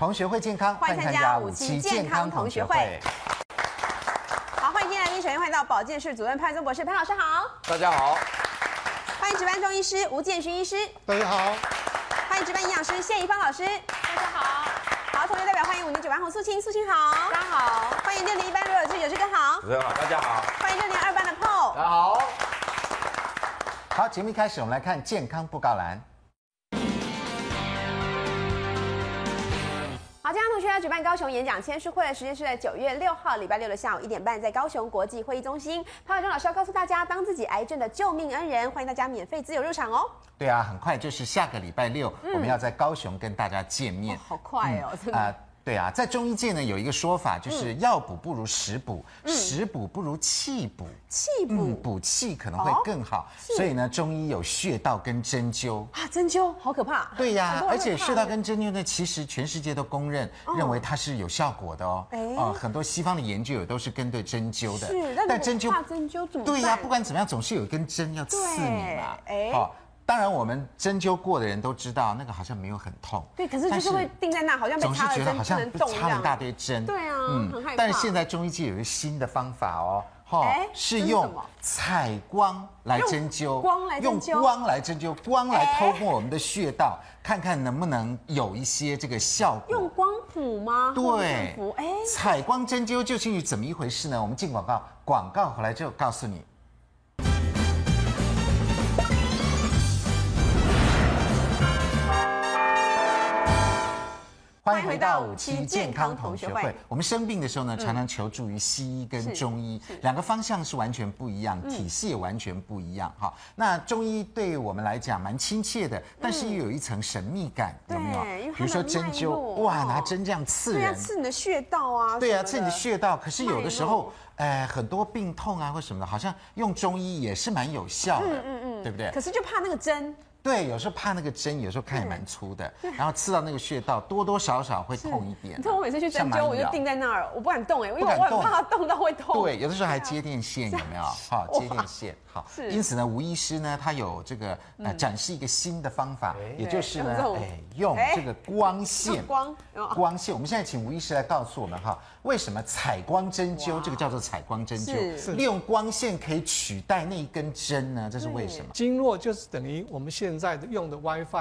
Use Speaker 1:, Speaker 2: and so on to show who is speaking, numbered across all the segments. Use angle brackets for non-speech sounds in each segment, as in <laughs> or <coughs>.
Speaker 1: 同学会健康，
Speaker 2: 欢迎参加五期健康同学会。好，欢迎今天来宾，首先欢迎到保健室主任潘宗博士，潘老师好。
Speaker 3: 大家好，
Speaker 2: 欢迎值班中医师吴建勋医师，
Speaker 4: 大家好，
Speaker 2: 欢迎值班营养师谢怡芳老师。
Speaker 5: 大家好，
Speaker 2: 好，同学代表欢迎五年九班洪素清，素清好
Speaker 5: 大。家好，
Speaker 2: 欢迎六年一班罗有志，有志更好
Speaker 3: 主。持人好，大家好，
Speaker 2: 欢迎六年二班的 Paul
Speaker 3: 大。家好。
Speaker 1: 好，节目一开始，我们来看健康布告栏。
Speaker 2: 好，健康同学要举办高雄演讲签书会的时间是在九月六号礼拜六的下午一点半，在高雄国际会议中心。潘伟忠老师要告诉大家，当自己癌症的救命恩人，欢迎大家免费自由入场哦。
Speaker 1: 对啊，很快就是下个礼拜六，
Speaker 2: 嗯
Speaker 1: 我们要在高雄跟大家见面。
Speaker 2: 好快
Speaker 3: 嗯
Speaker 2: 哦，真
Speaker 1: 啊、
Speaker 2: 的。
Speaker 1: 对啊，在中医界呢有一个说法，就是
Speaker 2: 嗯
Speaker 1: 药补不如食补，食补不如气补，
Speaker 2: 气
Speaker 1: 嗯，
Speaker 2: 补
Speaker 1: 补气可能会更好。所以呢，中医有穴道跟针灸。
Speaker 2: 啊，针灸好可怕。
Speaker 1: 对呀、
Speaker 2: 很多人
Speaker 1: 而
Speaker 2: 会
Speaker 1: 且
Speaker 2: 怕
Speaker 1: 穴道跟针灸呢，其实全世界都公认，认为它是有效果的哦。
Speaker 2: 哦哎
Speaker 1: 哦，很多西方的研究也都是跟对针灸的。
Speaker 2: 是，那
Speaker 1: 但
Speaker 2: 针
Speaker 1: 针灸
Speaker 2: 灸怕针灸怎么办？
Speaker 1: 对呀、不管怎么样，总是有一根针要刺你嘛。
Speaker 2: 对哎
Speaker 1: 哦，当然我们针灸过的人都知道，那个好像没有很痛。
Speaker 2: 对，可是就
Speaker 1: 但
Speaker 2: 是
Speaker 1: 是
Speaker 2: 会定在那，好像被
Speaker 1: 总是
Speaker 2: 插了
Speaker 1: 觉
Speaker 2: 针
Speaker 1: 得好
Speaker 2: 不
Speaker 1: 像
Speaker 2: 能
Speaker 1: 被
Speaker 2: 动这
Speaker 1: 插了
Speaker 2: 样
Speaker 1: 一。大堆针。嗯
Speaker 2: 对啊很害怕
Speaker 1: 但是现在中医界有一个新的方法哦，哈、
Speaker 2: 哎
Speaker 1: 是
Speaker 2: 这是
Speaker 1: 用
Speaker 2: 什么
Speaker 1: 采光来针灸，
Speaker 2: 用光来针灸哎
Speaker 1: 用光来针灸，光来偷摸我们的穴道，看看能不能有一些这个效果。
Speaker 2: 用光谱吗？或者
Speaker 1: 对
Speaker 2: 政府，哎，
Speaker 1: 采光针灸究竟是怎么一回事呢？我们进广告，广告回来之后告诉你。欢迎回到五期健康同学会。我们生病的时候呢，常常求助于西医跟中医，两个方向是完全不一样，体系也完全不一样。哈，那中医对我们来讲蛮亲切的，但是又有一层神秘感，有没
Speaker 2: 对因为
Speaker 1: 有？
Speaker 2: 它
Speaker 1: 比如说
Speaker 2: 的
Speaker 1: 针
Speaker 2: 脉
Speaker 1: 灸，
Speaker 2: 络
Speaker 1: 哇，
Speaker 2: 哦
Speaker 1: 拿针这样刺
Speaker 2: 对呀，啊
Speaker 1: 人，
Speaker 2: 刺你的穴道啊。
Speaker 1: 对啊，
Speaker 2: 什
Speaker 1: 刺
Speaker 2: 么
Speaker 1: 你
Speaker 2: 的
Speaker 1: 的穴道。可是有的时
Speaker 2: 脉
Speaker 1: 候，哎、很多病痛啊或什么的，好像用中医也是蛮有效的，对不对
Speaker 2: 嗯可？是就怕那个针。
Speaker 1: 对，啊有时候怕那个针，有时候看也蛮粗的，然后刺到那个穴道，多多少少会痛一点啊、
Speaker 2: 你知道我每次去针
Speaker 1: 像
Speaker 2: 灸，
Speaker 1: 蚂蚁
Speaker 2: 我就
Speaker 1: 咬
Speaker 2: 定在那儿，我不敢动哎，因为
Speaker 1: 不
Speaker 2: 我
Speaker 1: 敢
Speaker 2: 很
Speaker 1: 动
Speaker 2: 怕它动到会痛。
Speaker 1: 对，有的时候还接电线，有没有？
Speaker 2: <laughs>
Speaker 1: 好，接电线，好。
Speaker 2: 啊是嗯
Speaker 1: 因此呢，吴医师呢，他有这个呃展示一个新的方法，也就是呢
Speaker 2: 用这，种
Speaker 1: 哎，用
Speaker 2: 哎
Speaker 1: 这个光线
Speaker 2: 用，光哦
Speaker 1: 光线。我们现在请吴医师来告诉我们哈，为什么采光针灸这个叫做采光针
Speaker 2: 是
Speaker 1: 灸，利用光线可以取代那一根针呢？这是为什么？
Speaker 4: 经络就是等于我们现在用的 WiFi，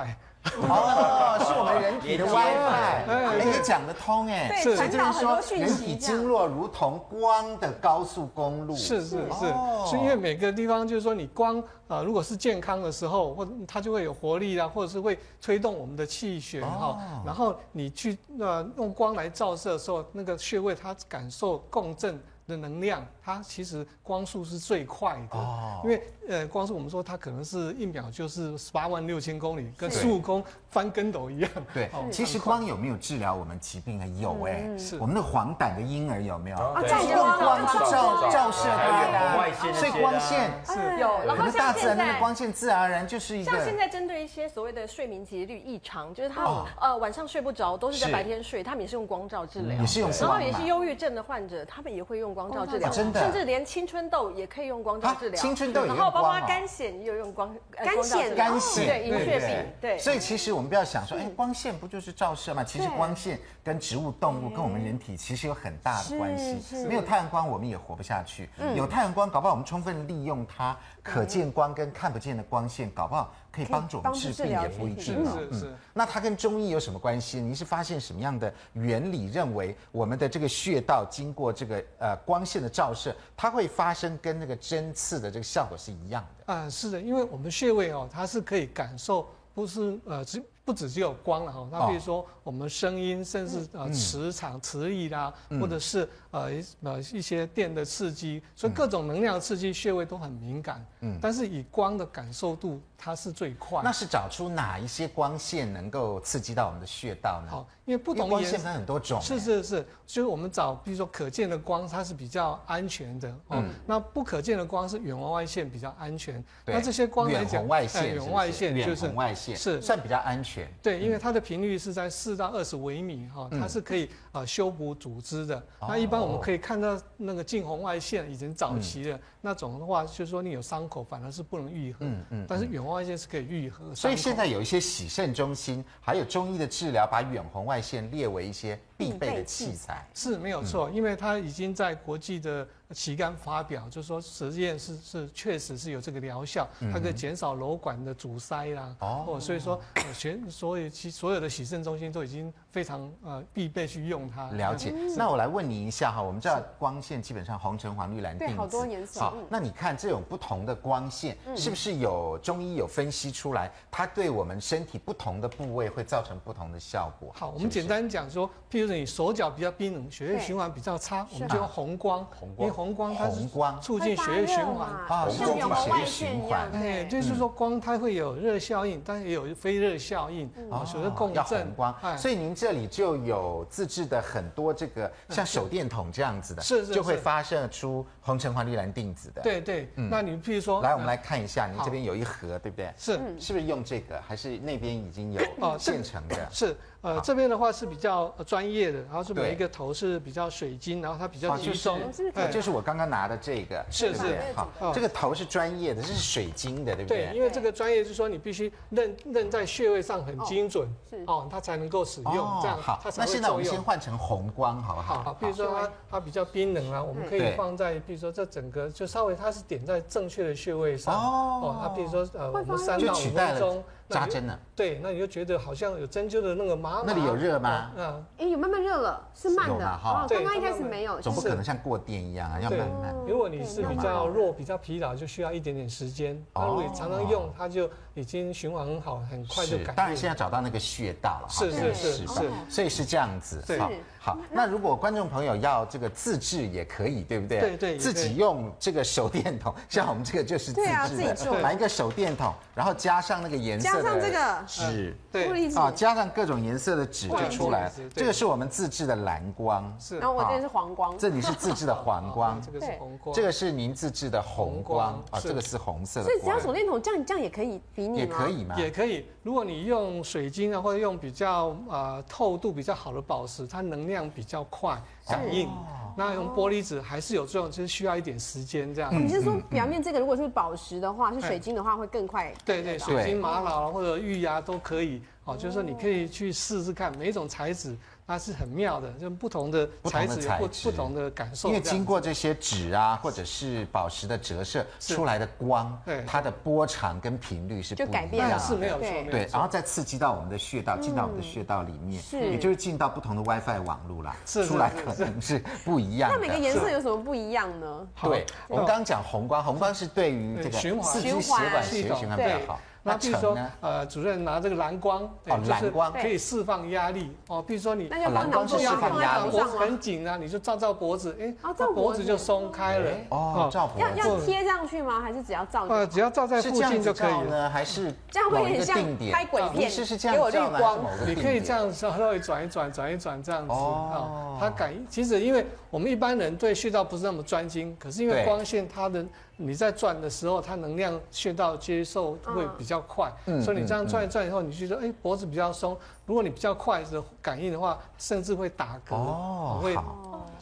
Speaker 1: 哦，是我们人体的 WiFi，哎，
Speaker 4: 对
Speaker 1: 你讲得通哎，
Speaker 2: 对
Speaker 1: 所以
Speaker 2: 传
Speaker 1: 就
Speaker 2: 导
Speaker 1: 是
Speaker 2: 很
Speaker 1: 说
Speaker 2: 多讯息
Speaker 1: 人体
Speaker 2: 这样
Speaker 1: 经络如同光的高速公路，
Speaker 4: 是是是
Speaker 1: 哦，
Speaker 4: 是因为每个地方就是说你光啊、呃如果是健康的时候，或嗯它就会有活力啊，或者是会推动我们的气血哈、
Speaker 1: 哦
Speaker 4: 然后你去呃用光来照射的时候，那个穴位它感受共振。的能量，它其实光速是最快的，
Speaker 1: 哦
Speaker 4: 因为呃，光速我们说它可能是一秒就是十八万六千公里，跟
Speaker 1: 是
Speaker 4: 孙悟空翻跟斗一样。
Speaker 1: 对，其实光有没有治疗我们疾病啊？有哎、
Speaker 4: 是
Speaker 1: 我们的黄疸的婴儿有没有？
Speaker 3: 啊
Speaker 1: 是
Speaker 3: 照
Speaker 1: 用
Speaker 2: 光
Speaker 1: 光
Speaker 2: 嗯哦照
Speaker 1: 照
Speaker 2: 光
Speaker 1: 照射
Speaker 3: 还有红
Speaker 1: 它
Speaker 3: 外线
Speaker 1: 的，
Speaker 3: 那
Speaker 1: 所以
Speaker 3: 些的
Speaker 1: 光
Speaker 3: 啊
Speaker 1: 线，
Speaker 2: 哎
Speaker 4: 是
Speaker 5: 有，然
Speaker 1: 我
Speaker 5: 后
Speaker 1: 们大
Speaker 5: 像
Speaker 1: 自然
Speaker 5: 现
Speaker 1: 那个
Speaker 5: 在。
Speaker 1: 光线自然而然就是一个
Speaker 5: 像现在针对一些所谓的睡眠节律异常，就是他、
Speaker 1: 哦
Speaker 5: 呃晚上睡不着，都是在
Speaker 1: 是
Speaker 5: 白天睡，他们也是用光照治疗，
Speaker 1: 也是用
Speaker 5: 然后
Speaker 1: 光
Speaker 5: 也是
Speaker 1: 嘛
Speaker 5: 忧郁症的患者，他们也会用光照治疗，
Speaker 1: 哦真的
Speaker 5: 甚至连青春痘也可以用光照治疗，
Speaker 1: 啊青春痘也用
Speaker 5: 然后包
Speaker 1: 光
Speaker 5: 括
Speaker 1: 哦
Speaker 5: 肝癣也有用光，呃
Speaker 2: 肝
Speaker 5: 光照治
Speaker 2: 癣
Speaker 5: 疗
Speaker 1: 干癣，
Speaker 5: 对银屑
Speaker 1: 不
Speaker 5: 病，对，
Speaker 1: 所以其实我们不要想说，哎，光线不就是照射吗？其实光线跟植物、动物跟我们人体其实有很大的关系。没有太阳光，我们也活不下去。有太阳光，搞不好我们充分利用它，可见光跟看不见的光线，搞不好可以帮助我们
Speaker 2: 帮助
Speaker 1: 治
Speaker 2: 治
Speaker 1: 病，
Speaker 2: 疗
Speaker 1: 也不一
Speaker 4: 是
Speaker 1: 定哦。
Speaker 4: 是是，
Speaker 1: 那它跟中医有什么关系？您是发现什么样的原理，认为我们的这个穴道经过这个呃光线的照射，它会发生跟那个针刺的这个效果是一样的？
Speaker 4: 啊、是的，因为我们穴位哦，它是可以感受，不是呃，只不只只有光了哈、
Speaker 1: 哦
Speaker 4: 它比如说我们声音，甚至
Speaker 1: 嗯
Speaker 4: 呃磁场、磁力啦，或者是呃一呃一些电的刺激，
Speaker 1: 嗯
Speaker 4: 所以各种能量的刺激，穴位都很敏感。嗯，但是以光的感受度，它是最快。
Speaker 1: 那是找出哪一些光线能够刺激到我们的穴道呢？
Speaker 4: 好，因为不
Speaker 1: 不
Speaker 4: 同的
Speaker 1: 光
Speaker 4: 颜色
Speaker 1: 线分很哎多种，
Speaker 4: 是是是，就是我们找，比如说可见的光，它是比较安全的哦。
Speaker 1: 嗯
Speaker 4: 那不可见的光是远红外线比较安全。
Speaker 1: 哎对。
Speaker 4: 那这些光来
Speaker 1: 远
Speaker 4: 讲，
Speaker 1: 红外
Speaker 4: 哎
Speaker 1: 线是不是，
Speaker 4: 远红外线就
Speaker 1: 远
Speaker 4: 是
Speaker 1: 红外线
Speaker 4: 是
Speaker 1: 算比较安全全。
Speaker 4: 对，因为它的频率是在四到二十微米哈、
Speaker 1: 嗯
Speaker 4: 它是可以呃修补组织的。
Speaker 1: 哦
Speaker 4: 那一般我们可以看到那个近红外线已经早期
Speaker 1: 嗯
Speaker 4: 的、那种的话，就是说你有伤口反而是不能愈合，嗯嗯，但是远红外线是可以愈合伤口。
Speaker 1: 所以现在有一些洗肾中心，还有中医的治疗，把远红外线列为一些必备的器材。
Speaker 4: 是没有
Speaker 1: 嗯
Speaker 4: 错，因为它已经在国际的期刊发表，就是说实验是是确实是有这个疗效，它可以减少瘘管的阻塞啦。
Speaker 1: 嗯哦
Speaker 4: 哦，所以说呃全所有其所有的洗肾中心都已经非常呃必备去用它。
Speaker 1: 了解，
Speaker 5: 嗯
Speaker 1: 那我来问你一下哈，我们知道光线基本上红橙黄绿蓝
Speaker 5: 对
Speaker 1: 靛
Speaker 5: 好多
Speaker 1: 紫
Speaker 5: 颜色
Speaker 1: 好
Speaker 5: 嗯，
Speaker 1: 那你看这种不同的光线，是不是有中医有分析出来，它对我们身体不同的部位会造成不同的效果？
Speaker 4: 好，我
Speaker 1: 是
Speaker 4: 们
Speaker 1: 不是
Speaker 4: 简。单讲说，譬如你手脚比较冰冷，血液
Speaker 5: 对
Speaker 4: 循环比较差，我们
Speaker 5: 是
Speaker 4: 就用红光，
Speaker 3: 红
Speaker 4: 因
Speaker 3: 光
Speaker 4: 为红光它
Speaker 1: 红
Speaker 4: 是
Speaker 1: 光
Speaker 4: 促进血液循环。
Speaker 1: 啊
Speaker 5: 像
Speaker 3: 促进
Speaker 5: 远红
Speaker 1: 血液
Speaker 5: 外
Speaker 1: 循
Speaker 5: 线一
Speaker 1: 环啊
Speaker 5: 样，
Speaker 4: 哎，就是说光它会有热效应，但也有非热效应，
Speaker 1: 嗯
Speaker 4: 啊，所谓的共
Speaker 1: 哦要
Speaker 4: 振
Speaker 1: 红。光，
Speaker 4: 哎
Speaker 1: 所以您这里就有自制的很多这个像手电筒这样子的，
Speaker 4: 是是
Speaker 1: 就会
Speaker 4: 是
Speaker 1: 发射出红橙黄绿蓝靛紫的。，
Speaker 4: 对对，那你譬如
Speaker 1: 嗯
Speaker 4: 说，
Speaker 1: 来我
Speaker 4: 呃
Speaker 1: 们来看一下，您
Speaker 4: 好
Speaker 1: 这边有一盒，对不对？
Speaker 4: 是
Speaker 1: 是不是用这个，还是那边已经
Speaker 4: 嗯 <coughs>
Speaker 1: 有
Speaker 4: 哦这
Speaker 1: 现成的？
Speaker 4: 是呃
Speaker 1: 好
Speaker 4: 这边的话是比较呃专业的，然后是
Speaker 1: 对
Speaker 4: 每一个头是比较水晶，然后它比较
Speaker 1: 哦就
Speaker 4: 集
Speaker 1: 是
Speaker 4: 中，
Speaker 1: 对，
Speaker 4: 哎
Speaker 1: 就是我刚刚拿的这个，
Speaker 4: 是
Speaker 1: 对不对
Speaker 5: 是
Speaker 1: 好
Speaker 4: 嗯，
Speaker 1: 这个头是专业的，这是水晶的，对不
Speaker 4: 对，因
Speaker 1: 对？
Speaker 4: 为这个专业就是说你必须认认在穴位上很精准
Speaker 5: 是，
Speaker 4: 哦，它才能够使用，这样
Speaker 1: 哦好
Speaker 4: 它，才
Speaker 1: 那
Speaker 4: 会
Speaker 1: 现在我
Speaker 4: 作
Speaker 1: 们先
Speaker 4: 用。
Speaker 1: 换成红光，好不好？
Speaker 4: 好，比如说它它比较冰冷啊，我们可以
Speaker 1: 对
Speaker 4: 放在，比如说这整个就稍微它是点在正确的穴位上，
Speaker 1: 哦
Speaker 4: 哦，它比如说呃我
Speaker 5: 会
Speaker 4: 们
Speaker 5: 放
Speaker 4: 三
Speaker 1: 就
Speaker 4: 到五
Speaker 1: 取代
Speaker 4: 分
Speaker 1: 了
Speaker 4: 钟
Speaker 1: 扎，
Speaker 4: 那你就
Speaker 1: 针了，
Speaker 4: 对，那你就觉得好像有针灸的那个麻麻，
Speaker 1: 那里有热吗？
Speaker 4: 嗯，
Speaker 5: 哎，有慢慢热了，是慢
Speaker 1: 有
Speaker 5: 的
Speaker 1: 嘛哈
Speaker 5: 哦，
Speaker 4: 对
Speaker 5: 刚刚一开始没有，
Speaker 1: 总不
Speaker 5: 是
Speaker 1: 可能像过电一样啊，要
Speaker 4: 啊对
Speaker 1: 慢慢。
Speaker 4: 如果你是比较弱、比较疲劳，就需要一点点时间。那如果你常常用，它就已经循环很好，很快就是改。
Speaker 1: 哦当然现在找到那个穴道了哈，
Speaker 4: 是
Speaker 1: 对
Speaker 4: 是是
Speaker 1: 吧
Speaker 4: 是
Speaker 1: 所以是这样子。
Speaker 4: 对
Speaker 1: 好
Speaker 5: 是，
Speaker 1: 好，那如果观众朋友要这个自制也可以，对不对？
Speaker 4: 对对也可以
Speaker 1: 自己用这个手电筒， <laughs> 像我们这个就是自
Speaker 2: 对啊
Speaker 1: 制
Speaker 2: 自
Speaker 1: 的，买一个手电筒，然后加上那个颜色的
Speaker 2: 加上这个
Speaker 1: 纸。
Speaker 2: 不
Speaker 4: 对，
Speaker 2: 理解
Speaker 1: 啊，加上各种颜色的纸就出来了
Speaker 4: 对。
Speaker 1: 这个是我们自制的蓝光，
Speaker 4: 是啊
Speaker 5: 然后我这是黄光，
Speaker 1: 这里是自制的黄
Speaker 4: <laughs>
Speaker 1: 光，
Speaker 4: 这个是红光，
Speaker 1: 这个是您自制的红光
Speaker 4: 红光
Speaker 1: 啊，
Speaker 4: 是
Speaker 1: 这个是红色的
Speaker 5: 所以只要
Speaker 1: 光，
Speaker 5: 手电筒这样这样也可以比拟
Speaker 1: 也
Speaker 5: 吗？
Speaker 1: 可以吗？
Speaker 4: 也可以。如果你用水晶啊，或者用比较呃透度比较好的宝石，它能量比较快，感应。
Speaker 1: 哦
Speaker 4: 那用玻璃纸还是有作用，就是需要一点时间这样。
Speaker 1: 嗯
Speaker 5: 你是说表面这个如果是宝石的话，是水晶的话会更快？
Speaker 4: 对对，水
Speaker 1: 对
Speaker 4: 晶、玛瑙啊或者玉呀、都可以。哦，就是说你可以去试试看，每一种材质它是很妙的，就不同的
Speaker 1: 不同的
Speaker 4: 材质有不
Speaker 1: 材质
Speaker 4: 不同的感受
Speaker 1: 因
Speaker 4: 这
Speaker 1: 为
Speaker 4: 样子。
Speaker 1: 经过这些纸啊，或者是宝石的折射
Speaker 4: 是
Speaker 1: 出来的光
Speaker 4: 对，
Speaker 1: 它的波长跟频率是不
Speaker 5: 就改
Speaker 1: 一
Speaker 5: 变
Speaker 1: 样
Speaker 5: 了
Speaker 1: 的，
Speaker 4: 是没有错，
Speaker 5: 对
Speaker 4: 没有
Speaker 1: 啊对，
Speaker 4: 错
Speaker 1: 然后再刺激到我们的穴道，进到我们的穴道里面，
Speaker 5: 是
Speaker 1: 也就是进到不同的 WiFi 网络啦，
Speaker 4: 是
Speaker 1: 出来可能是不一样的。
Speaker 5: 那每个颜色
Speaker 1: 啊是
Speaker 5: 有什么不一样呢？
Speaker 1: 对，我们
Speaker 4: 哦
Speaker 1: 刚刚讲红光，红光是对于这
Speaker 4: 对
Speaker 1: 个
Speaker 4: 循环
Speaker 1: 刺激
Speaker 5: 循
Speaker 1: 血管
Speaker 5: 环
Speaker 1: 血
Speaker 4: 系
Speaker 1: 液
Speaker 4: 统
Speaker 1: 循环比
Speaker 4: 对
Speaker 1: 较好。
Speaker 4: 那
Speaker 1: 那
Speaker 4: 比如
Speaker 1: 橙
Speaker 4: 说
Speaker 1: 呢？，
Speaker 4: 呃，主任拿这个蓝光，对
Speaker 1: 哦
Speaker 4: 就是
Speaker 1: 蓝光
Speaker 4: 可以释放压力哦。比如说你
Speaker 5: 那就
Speaker 1: 哦蓝
Speaker 5: 放
Speaker 1: 光
Speaker 5: 脑
Speaker 1: 是
Speaker 5: 部
Speaker 1: 释
Speaker 5: 上，
Speaker 1: 放
Speaker 5: 放
Speaker 1: 压
Speaker 5: 在
Speaker 1: 力
Speaker 5: 头
Speaker 4: 脖子
Speaker 5: 上啊，
Speaker 4: 很紧啊，你就照照脖子，哎，
Speaker 5: 哦
Speaker 4: 那
Speaker 5: 照脖
Speaker 4: 脖
Speaker 5: 子
Speaker 4: 子就松开了。
Speaker 1: 哦，照脖
Speaker 5: 要要
Speaker 1: 子
Speaker 5: 贴上去吗？还是只要照
Speaker 4: 呃，
Speaker 5: 着？
Speaker 4: 只要照在
Speaker 1: 是
Speaker 4: 附
Speaker 1: 这样
Speaker 4: 近
Speaker 1: 子
Speaker 4: 就可以
Speaker 1: 照
Speaker 4: 了。
Speaker 1: 呢，还是
Speaker 5: 这样会
Speaker 1: 某一
Speaker 5: 很
Speaker 1: 个
Speaker 5: 像
Speaker 1: 定点哦
Speaker 5: 拍鬼
Speaker 4: 啊
Speaker 5: 片，
Speaker 1: 是是这
Speaker 5: 给我
Speaker 1: 样照呢，还
Speaker 5: 绿
Speaker 1: 是
Speaker 5: 光
Speaker 1: 某。个
Speaker 4: <laughs> 你
Speaker 1: 定
Speaker 4: 可以
Speaker 1: 点
Speaker 4: 这样稍微转一转，转一转这样子
Speaker 1: 哦
Speaker 4: 哦。它感其实因为我们一般人对穴道不是那么专精，可是因
Speaker 1: 对
Speaker 4: 为光线它的你在转的时候，它能量穴道接受会比较快，
Speaker 1: 嗯
Speaker 4: 所以你这样转一转以后，你就觉得哎脖子比较松。如果你比较快的感应的话，甚至会打嗝，
Speaker 1: 哦，
Speaker 4: 会
Speaker 1: 好。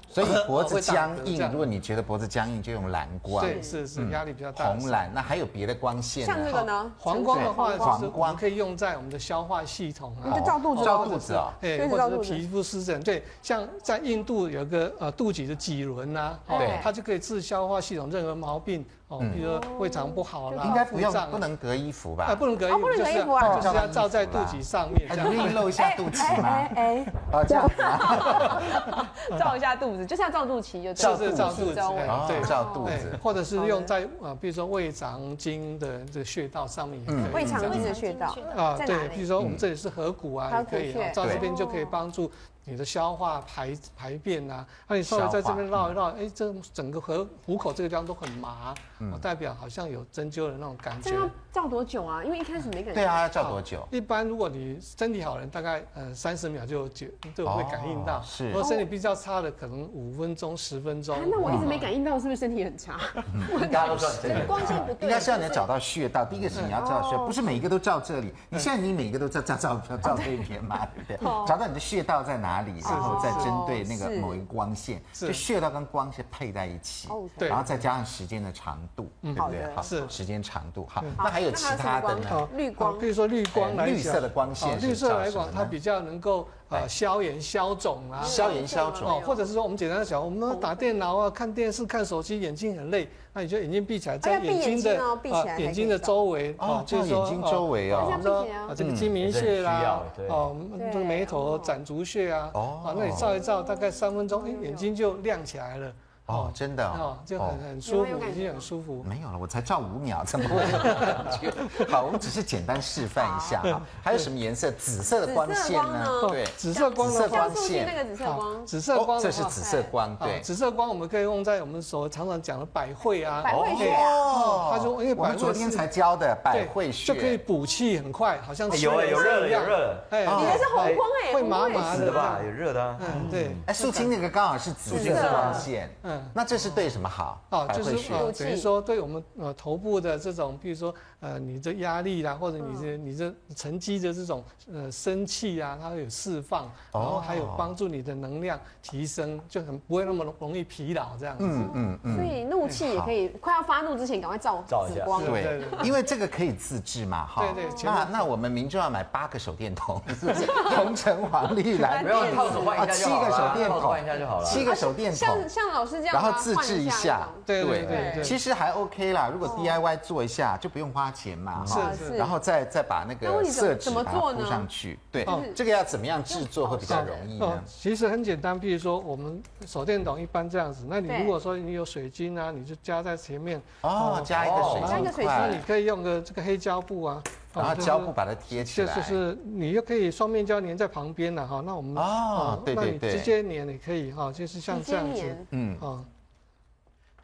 Speaker 1: 所以脖子僵硬
Speaker 4: 会打嗝这，样
Speaker 1: 如果你觉得脖子僵硬，就用蓝光，
Speaker 4: 对是是压力比较大的时候。
Speaker 1: 嗯红蓝。那还有别的光线呢？
Speaker 5: 像这个呢，
Speaker 4: 黄光的话，
Speaker 1: 对
Speaker 4: 就是
Speaker 1: 黄
Speaker 4: 我
Speaker 1: 光
Speaker 4: 们可以用在我们的消化系统啊，
Speaker 1: 哦，照肚子，照肚子哦。
Speaker 4: 哎、
Speaker 5: 对
Speaker 4: 或
Speaker 5: 照
Speaker 4: 者
Speaker 5: 肚
Speaker 4: 是
Speaker 5: 子
Speaker 4: 皮肤湿疹，对，像在印度有个呃肚脐的脊轮呐、哦
Speaker 1: 对
Speaker 4: 它就可以治消化系统任何毛病哦，比如说胃肠不好啦，
Speaker 1: 嗯应该不
Speaker 4: 腹胀
Speaker 1: 用，
Speaker 4: 啊
Speaker 1: 不能隔衣服吧？
Speaker 4: 啊，不能隔衣
Speaker 5: 哦不
Speaker 4: 服，
Speaker 5: 能
Speaker 4: 就
Speaker 5: 隔
Speaker 4: 是
Speaker 5: 衣服
Speaker 4: 要
Speaker 5: 啊
Speaker 4: 就是要照在肚脐上面
Speaker 1: 哎，
Speaker 4: 这
Speaker 1: 你
Speaker 4: 样。
Speaker 1: 愿意露一下肚脐吗？
Speaker 5: 哎，
Speaker 1: 哦，这样子啊，
Speaker 5: <laughs> 照一下肚子，就是要照肚脐就
Speaker 4: 照
Speaker 5: 对了
Speaker 4: 是照肚子，
Speaker 5: 周围
Speaker 4: 哎
Speaker 1: 哦
Speaker 4: 对，
Speaker 1: 照肚
Speaker 4: 哎
Speaker 1: 子。
Speaker 4: 或者是用在呃，比如说胃肠经的这个穴道上面也
Speaker 1: 嗯
Speaker 4: 可以。
Speaker 5: 胃肠
Speaker 4: 这样
Speaker 5: 经的穴道。
Speaker 4: 啊
Speaker 2: 在哪
Speaker 4: 对，
Speaker 2: 里
Speaker 4: 比如说我们这里是合谷啊，
Speaker 5: 合
Speaker 4: 也
Speaker 5: 谷
Speaker 4: 可以啊
Speaker 5: 穴
Speaker 4: 照这
Speaker 1: 对
Speaker 4: 边就可以帮助你的消化排排便啊，那你稍微在这边绕一绕，哎，这整个和虎口这个地方都很麻，
Speaker 1: 嗯
Speaker 4: 哦代表好像有针灸的那种感
Speaker 5: 这
Speaker 4: 觉。
Speaker 5: 要照多久啊？因为一开始没感觉。
Speaker 1: 对啊，要照多久？
Speaker 4: 一般如果你身体好的人，大概呃三十秒就就就会感应到；
Speaker 1: 哦是
Speaker 4: 如果身体比较差的，可能五分钟、十分钟嗯
Speaker 5: 啊。，那我一直没感应到，是不是身体很差？
Speaker 2: <laughs>
Speaker 1: 大家都知道这
Speaker 2: 光线不对，哦
Speaker 1: 应该是要你找到穴道，第一个是你要照穴，不是每一个都照这里。你现在你每个都照照照照这一边嘛，对不对？
Speaker 2: 哦
Speaker 1: 找到你的穴道在哪里，然后再针对那个
Speaker 5: 是
Speaker 1: 某一个光线，
Speaker 4: 是
Speaker 1: 就穴道跟光线配在一起
Speaker 2: 哦，
Speaker 4: 对
Speaker 1: 然后再加上时间的长度，对不对
Speaker 2: 好？的嗯
Speaker 1: 好，
Speaker 4: 嗯是
Speaker 1: 时间长度。好，那还有其他的
Speaker 5: 好
Speaker 4: 哦
Speaker 1: 呢？
Speaker 2: 绿光
Speaker 4: 比如说绿光来讲，
Speaker 1: 哎绿色的光线
Speaker 4: 哦
Speaker 1: 是
Speaker 4: 绿色来
Speaker 1: 照什么
Speaker 4: 讲
Speaker 1: 呢
Speaker 4: 它比较能够呃消炎消肿啊，
Speaker 1: 哎消炎消
Speaker 4: 哦
Speaker 1: 肿，，
Speaker 4: 或者是说我们简单的讲，我们打电脑
Speaker 2: 哦
Speaker 4: 啊、看电视、看手机，眼睛很累，那你就眼睛闭起来，在
Speaker 2: 要闭眼
Speaker 4: 睛
Speaker 2: 睛
Speaker 4: 的啊
Speaker 2: 哦闭起来才可以
Speaker 4: 眼睛的周围啊
Speaker 1: 哦
Speaker 4: 就是说
Speaker 1: 照眼睛周围哦
Speaker 4: 呃我们说
Speaker 5: 这样
Speaker 4: 啊这个睛明穴啦，哦
Speaker 5: 对
Speaker 4: 这个眉头攒竹穴啊，
Speaker 1: 哦
Speaker 4: 啊那你照一照，大概三分钟，
Speaker 2: 嗯
Speaker 4: 哎眼睛就亮起来了，
Speaker 1: 哦，真的
Speaker 4: 哦
Speaker 1: 哦，
Speaker 4: 就
Speaker 1: 哦
Speaker 4: 很很舒
Speaker 5: 有没有
Speaker 4: 服，
Speaker 5: 感
Speaker 4: 眼
Speaker 5: 觉
Speaker 4: 睛很舒服。
Speaker 1: 没有了，我才照五秒，怎么会有感觉？好，我们只是简单示范一下哈。还有什么颜色？紫色的光线呢
Speaker 2: 紫色？
Speaker 4: 哦
Speaker 1: 对，
Speaker 4: 紫色光
Speaker 1: 紫色
Speaker 4: 的话
Speaker 1: 光
Speaker 2: 像素系那个紫色
Speaker 4: 啊
Speaker 2: 光，，
Speaker 4: 紫色光
Speaker 1: 哦
Speaker 4: 的
Speaker 1: 这
Speaker 4: 话
Speaker 1: 是紫色光，
Speaker 4: 啊
Speaker 1: 对，。
Speaker 4: 紫色光我们可以用在我们所常常讲的百会啊，
Speaker 2: 百会穴啊
Speaker 1: 哦
Speaker 4: 他说因为
Speaker 1: 我
Speaker 4: 百
Speaker 1: 们
Speaker 4: 会
Speaker 1: 昨天
Speaker 4: 是
Speaker 1: 才教的百
Speaker 4: 对
Speaker 1: 会穴
Speaker 4: 就可以补气，很快，好像
Speaker 3: 哎有
Speaker 4: 吃
Speaker 3: 了有热了
Speaker 4: 一样
Speaker 3: 有热了
Speaker 4: 哎，
Speaker 1: 哦你还
Speaker 2: 是红光哎
Speaker 4: 会
Speaker 2: 红
Speaker 4: 麻
Speaker 2: 光也
Speaker 4: 麻
Speaker 3: 是
Speaker 4: 的
Speaker 3: 的吧？有热的啊。
Speaker 4: 嗯，对，
Speaker 1: 哎，素清那个刚好是紫色的光线，嗯
Speaker 4: 嗯，
Speaker 1: 那这是对什么好？
Speaker 4: 哦，
Speaker 1: 百
Speaker 4: 就
Speaker 1: 会
Speaker 4: 是
Speaker 1: 穴
Speaker 4: 呃，
Speaker 2: 气
Speaker 4: 等于说对我们呃头部的这种，比如说呃你的压力啦，或者你
Speaker 2: 嗯
Speaker 4: 的你这沉积的这种呃生气啊，它会有释放，然后还有
Speaker 1: 哦
Speaker 4: 帮助你的能量提升，就很不会那么容容易疲劳这样子。
Speaker 1: 嗯嗯嗯，
Speaker 5: 所以怒气也可以，快要发怒之前赶快照
Speaker 3: 照一
Speaker 5: 紫
Speaker 3: 下
Speaker 5: 光。
Speaker 4: 对
Speaker 1: 对
Speaker 4: 对，
Speaker 1: 因为这个可以自制嘛，哈。
Speaker 4: 对对全部
Speaker 1: 那那我们民众要买八个手电筒，是不是？红橙黄绿蓝，
Speaker 3: 没有套子换一下就好
Speaker 1: 啊七
Speaker 3: 了，
Speaker 1: 个手电筒
Speaker 3: 套子换一下就好了。
Speaker 1: 七
Speaker 2: 啊
Speaker 1: 个手电筒，
Speaker 5: 像像老师这样
Speaker 1: 然
Speaker 5: 啊，
Speaker 1: 后自制一下，
Speaker 4: 对对对对
Speaker 1: 其实还 OK 啦。如果 DIY 做一下就不用花钱嘛，哈
Speaker 4: 是
Speaker 5: 是
Speaker 1: 然后再再把那
Speaker 5: 那
Speaker 1: 个
Speaker 5: 问题怎么
Speaker 1: 色纸
Speaker 5: 怎么
Speaker 1: 把它
Speaker 5: 做
Speaker 1: 铺
Speaker 5: 呢
Speaker 1: 上去。对
Speaker 4: 哦，
Speaker 1: 这个要怎么样制作会比较容易啊
Speaker 4: 哦
Speaker 1: 呢？，
Speaker 4: 其实很简单，比如说我们手电筒一般这样子，那你
Speaker 2: 对
Speaker 4: 如果说你有水晶啊，你就加在前面
Speaker 1: 哦，加一个水
Speaker 2: 加一
Speaker 1: 晶
Speaker 2: 个水
Speaker 4: 那
Speaker 1: 块
Speaker 4: 你，可以用个这个黑胶布啊，哦
Speaker 1: 然后
Speaker 4: 就是
Speaker 1: 哎胶布把它贴起
Speaker 4: 就
Speaker 1: 来
Speaker 4: 是。是你又可以双面胶粘在旁边了哈，那我们
Speaker 1: 哦
Speaker 4: 哦
Speaker 1: 对对
Speaker 4: 那
Speaker 1: 对
Speaker 4: 你直接粘也可以哈，就是像这样
Speaker 2: 直接
Speaker 4: 子
Speaker 2: 粘，
Speaker 1: 嗯，
Speaker 4: 哦，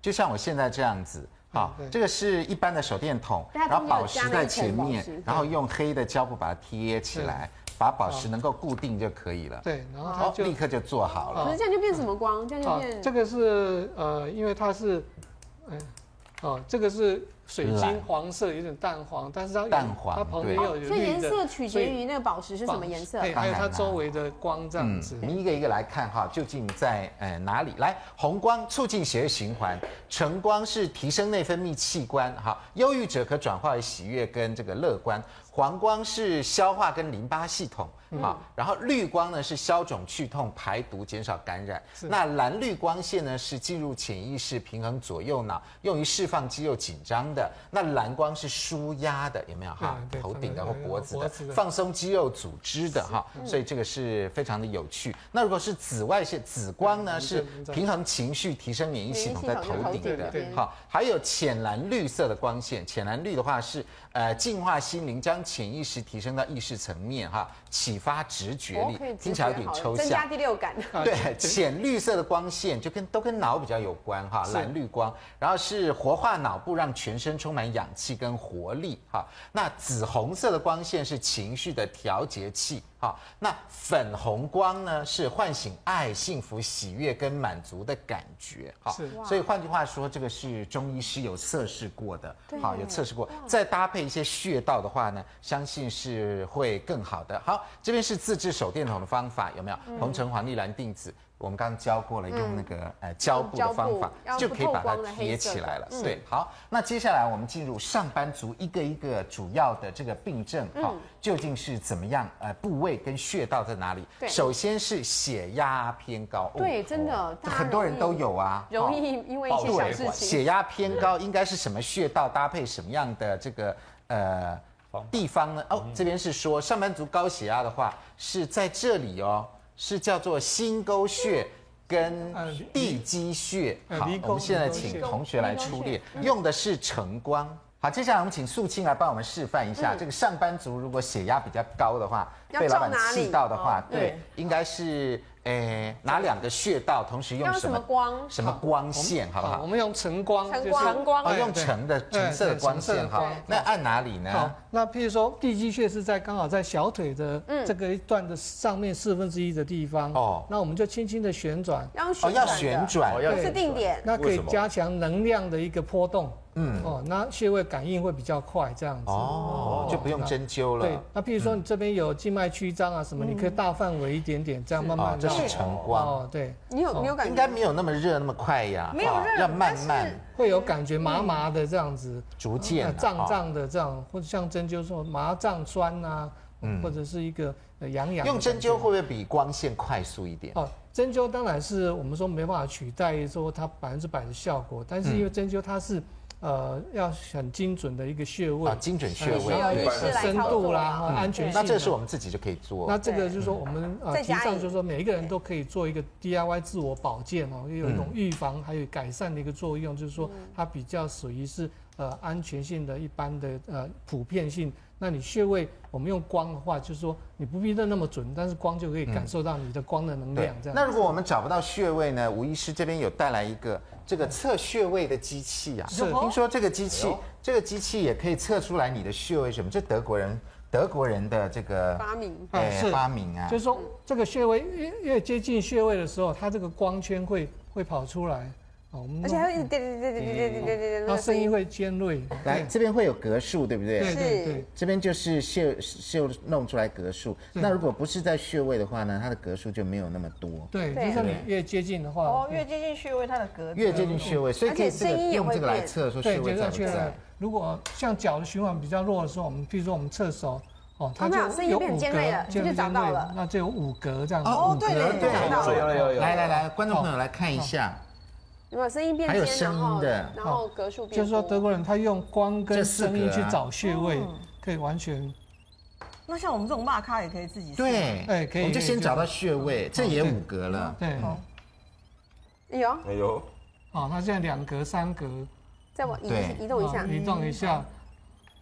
Speaker 1: 就像我现在这样子。好
Speaker 4: 嗯对，
Speaker 1: 这个是一般的手电筒，
Speaker 2: 但它中间
Speaker 1: 然后宝
Speaker 2: 有
Speaker 1: 石
Speaker 2: 加那
Speaker 1: 在
Speaker 2: 一层
Speaker 1: 前
Speaker 2: 宝
Speaker 1: 面
Speaker 2: 石，
Speaker 1: 然后用黑的胶布把它贴起来，把宝石能够固定就可以了。
Speaker 4: 对，然后它
Speaker 1: 好，
Speaker 4: 就
Speaker 1: 立刻就做好了。
Speaker 5: 可是这样就变什么光？这样就变
Speaker 4: 啊这个是呃，因为它是，嗯，哦，这个是水
Speaker 1: 蓝
Speaker 4: 晶黄色，有点淡黄，但是它有
Speaker 1: 啊淡黄
Speaker 4: 它旁
Speaker 1: 对
Speaker 4: 边有
Speaker 2: 哦
Speaker 4: 有
Speaker 2: 所以
Speaker 4: 绿
Speaker 2: 颜
Speaker 4: 的
Speaker 2: 色取
Speaker 4: 所
Speaker 2: 决
Speaker 4: 以
Speaker 2: 于那个宝石是什么颜色啊
Speaker 4: 对，。还有它
Speaker 1: 当然啦
Speaker 4: 周围的光这样子
Speaker 1: 嗯我。们一个一个来看哈，究竟在呃哪里？来，红光促进血液循环，橙光是提升内分泌器官，哈，忧郁者可转化为喜悦跟这个乐观。黄光是消化跟淋巴系统，
Speaker 4: 嗯
Speaker 1: 好、然后绿光呢是消肿去痛、排毒、减少感染。那蓝绿光线呢是进入潜意识、平衡左右脑，用于释放肌肉紧张的。那蓝光是舒压的，有没有哈？
Speaker 4: 啊对对
Speaker 1: 头顶的或
Speaker 4: 对对
Speaker 1: 脖子的
Speaker 4: 脖子，的
Speaker 1: 放松肌肉组织的哈，所以这个是非常的有趣。那如果是紫外线紫光呢，是平衡情绪、提升免疫系统在头顶
Speaker 4: 免疫系统在头顶
Speaker 1: 的
Speaker 4: 对对。
Speaker 1: 好，还有浅蓝绿色的光线，浅蓝绿的话是呃净化心灵，将潜意识提升到意识层面哈，启发直觉
Speaker 5: 哦
Speaker 1: 力
Speaker 5: 可以，直
Speaker 1: 听起来有
Speaker 5: 觉
Speaker 1: 点
Speaker 5: 好
Speaker 1: 抽
Speaker 2: 增
Speaker 1: 象
Speaker 2: 加。第六感，
Speaker 4: 啊
Speaker 1: 对，浅绿色的光线就跟都跟脑比较有关哈，蓝绿光，然后是活化脑部，让全身充满氧气跟活力哈。那紫红色的光线是情绪的调节器哈，那粉红光呢是唤醒爱、幸福、喜悦跟满足的感觉哈。
Speaker 4: 是
Speaker 1: 所以换句话说，这个是中医师有测试过的，好有测试过，再搭配一些穴道的话呢，相信是会更好的。好，这边是自制手电筒的方法，有没有？红橙黄绿蓝靛紫，我们刚刚教过了，用那个呃胶布的方法
Speaker 2: 胶布
Speaker 1: 就可以
Speaker 2: 然
Speaker 1: 把
Speaker 2: 后
Speaker 1: 它
Speaker 2: 不透光的黑
Speaker 1: 贴
Speaker 2: 色
Speaker 1: 起
Speaker 2: 的
Speaker 1: 来了。对，好，那接下来我们进入上班族一个一个主要的这个病症，好，究竟是怎么样？呃，部位跟穴道在哪里？
Speaker 2: 对
Speaker 1: 首先是血压偏高，哦
Speaker 5: 对真的
Speaker 1: 哦
Speaker 5: 大家
Speaker 1: 很多人
Speaker 5: 容易
Speaker 1: 都有啊，
Speaker 5: 容
Speaker 1: 哦
Speaker 5: 易因为一些小事情，
Speaker 1: 血压偏高应该是什么穴道搭配什么样的这个呃地方呢？
Speaker 4: 嗯
Speaker 1: 哦，这边是说上班族高血压的话是在这里哦，是叫做心沟穴。跟
Speaker 4: 呃
Speaker 1: 地基穴，
Speaker 4: 呃
Speaker 1: 好
Speaker 4: 离，沟
Speaker 1: 我们现在
Speaker 4: 离沟
Speaker 1: 请
Speaker 4: 穴
Speaker 1: 同学来出列，用的是晨光。好，接下来我们请素清来帮我们示范一下，这个上班族如果血压比较高的话，
Speaker 2: 要
Speaker 1: 被老板
Speaker 2: 照哪里
Speaker 1: 气到的话
Speaker 2: 哦，
Speaker 1: 对，应该是诶哪两个穴道同时用
Speaker 2: 要
Speaker 1: 什
Speaker 2: 什
Speaker 1: 么
Speaker 2: 么光
Speaker 1: 什么光线，好不
Speaker 4: 好，
Speaker 1: 好
Speaker 4: 我？们用晨光，
Speaker 2: 晨
Speaker 4: 就是
Speaker 2: 光
Speaker 5: 光
Speaker 1: 哦，
Speaker 4: 对
Speaker 1: 用橙的
Speaker 4: 对
Speaker 1: 橙色的
Speaker 4: 对
Speaker 1: 光
Speaker 4: 橙色的
Speaker 1: 线哈
Speaker 4: 光。
Speaker 1: 那按哪里呢
Speaker 4: 好？，那譬如说地基穴是在刚好在小腿的这个一段的上面四分之一的地方，
Speaker 1: 嗯哦
Speaker 4: 哦，那我们就轻轻的旋转，
Speaker 2: 要用旋
Speaker 1: 哦，
Speaker 2: 转
Speaker 1: 要
Speaker 2: 的
Speaker 1: 旋，转
Speaker 6: 哎
Speaker 3: 哦，要
Speaker 2: 不是定点。
Speaker 4: 那可
Speaker 3: 为
Speaker 4: 以
Speaker 3: 什么
Speaker 4: 加强能量的一个波动，嗯，哦，那穴位感应会比较快，这样子。
Speaker 1: 哦，就不用针灸
Speaker 4: 对
Speaker 1: 了。，嗯
Speaker 4: 那譬如说你这边有静脉曲张啊什么，你可以大范围一点点，这样慢
Speaker 1: 啊
Speaker 4: 慢，
Speaker 1: 这
Speaker 4: 绕
Speaker 1: 是晨光，
Speaker 4: 哦，对，
Speaker 2: 你有你有感
Speaker 1: 应
Speaker 2: 觉？
Speaker 1: 该没有那么热那么快呀，
Speaker 5: 没有
Speaker 1: 哈
Speaker 5: 热
Speaker 1: 要慢
Speaker 5: 但
Speaker 1: 慢
Speaker 5: 是
Speaker 4: 会有感觉麻麻的这样子，
Speaker 1: 逐渐
Speaker 4: 呃
Speaker 1: 啊
Speaker 4: 胀。
Speaker 1: 哈
Speaker 4: 胀的这样，或者像针灸说麻胀酸呐，或者是一个呃痒痒的感
Speaker 1: 嗯
Speaker 4: 觉。
Speaker 1: 用针灸会不会比光线快速一点？
Speaker 4: 哦，针灸当然是我们说没办法取代说它百分之百的效果，但是因为
Speaker 1: 嗯
Speaker 4: 针灸它是、呃要很精准的一个穴位，
Speaker 1: 啊，精准穴
Speaker 4: 呃
Speaker 1: 位
Speaker 2: 需要
Speaker 1: 对
Speaker 2: 医师来
Speaker 4: 深
Speaker 2: 操
Speaker 4: 度
Speaker 2: 作
Speaker 4: 啦、
Speaker 2: 啊
Speaker 4: 哈安全性啊。
Speaker 1: 嗯那这是我们自己就可以做。
Speaker 4: 那这个就是说我们呃
Speaker 2: 在
Speaker 4: 提
Speaker 2: 家
Speaker 4: 倡
Speaker 2: 里
Speaker 4: 就是说每一个人都可以做一个 DIY 自我保健哦，也有一种
Speaker 1: 嗯
Speaker 4: 预防还有改善的一个作用，就是说
Speaker 2: 嗯
Speaker 4: 它比较属于是呃安全性的一般的呃普遍性。那你穴位我们用光的话，就是说你不必得那么准，但是光就可以感受到你的光的能
Speaker 1: 嗯对
Speaker 4: 量这，样。
Speaker 1: 那如果我们找不到穴位呢？吴医师这边有带来一个这个测穴位的机器啊，
Speaker 4: 是
Speaker 1: 听说这个机器
Speaker 3: 哎呦，
Speaker 1: 这个机器也可以测出来你的穴位什么？这德国人德国人的这个
Speaker 2: 发明
Speaker 4: 哎是
Speaker 1: 发明啊
Speaker 4: 就，是说这个穴位越越接近穴位的时候，它这个光圈会会跑出来，哦，我们
Speaker 2: 而且还会一直点点点点点点点点点点
Speaker 4: 然后声音会尖锐，
Speaker 1: 来这边会有格数，对不
Speaker 4: 对
Speaker 1: 对？
Speaker 4: 对对对，
Speaker 1: 这边就是穴穴弄出来格数。那如果不是在穴位的话呢，它的格数就没有那么多。
Speaker 4: 对，
Speaker 5: 对
Speaker 4: 就像你越接近的话，
Speaker 5: 哦，越接近穴位，它的格子
Speaker 1: 越接近穴位，所以可以
Speaker 2: 而且
Speaker 1: 这个
Speaker 2: 声音也
Speaker 1: 用
Speaker 2: 会
Speaker 1: 这个来
Speaker 2: 变
Speaker 1: 测说
Speaker 4: 对
Speaker 1: 穴位
Speaker 4: 就
Speaker 1: 在
Speaker 4: 像
Speaker 1: 不
Speaker 4: 确
Speaker 1: 在
Speaker 4: 认。。如果像脚的循环比较弱的时候，我们比如说我们侧手，哦，它
Speaker 2: 没有声
Speaker 4: 就
Speaker 2: 音
Speaker 4: 有
Speaker 2: 变
Speaker 4: 五
Speaker 2: 尖锐了
Speaker 4: 格，
Speaker 2: 就
Speaker 4: 尖
Speaker 2: 找到
Speaker 4: 锐
Speaker 2: 了
Speaker 4: 那就有五格这样子。
Speaker 1: 哦
Speaker 4: 五
Speaker 5: 对
Speaker 4: 格
Speaker 5: 对对
Speaker 2: 找
Speaker 6: 哎
Speaker 2: 到了
Speaker 3: 有了有了有了
Speaker 1: 来来来，观众朋友来看一下，
Speaker 2: 有没有声音变
Speaker 1: 还有
Speaker 2: 尖？
Speaker 1: 声
Speaker 2: 然
Speaker 1: 音
Speaker 2: 后
Speaker 1: 的
Speaker 2: 然后格数变
Speaker 4: 就是说德
Speaker 2: 多。
Speaker 4: 国人他用光
Speaker 1: 这
Speaker 4: 跟
Speaker 1: 四
Speaker 4: 声音
Speaker 1: 格
Speaker 4: 去
Speaker 1: 啊
Speaker 4: 找穴位，
Speaker 2: 哦
Speaker 4: 可以完全
Speaker 7: 那像我们这种骂咖也可以自己试
Speaker 1: 对，
Speaker 4: 哎可以
Speaker 1: 我们就
Speaker 4: 可以
Speaker 1: 先
Speaker 4: 可以
Speaker 1: 找到穴位，这也五格了。
Speaker 4: 对。
Speaker 2: 哦哎呦，
Speaker 3: 哎呦，
Speaker 4: 哦，它现在两格、三格，
Speaker 2: 再往移
Speaker 1: 对
Speaker 2: 移动一下嗯
Speaker 4: 哦，移动一下，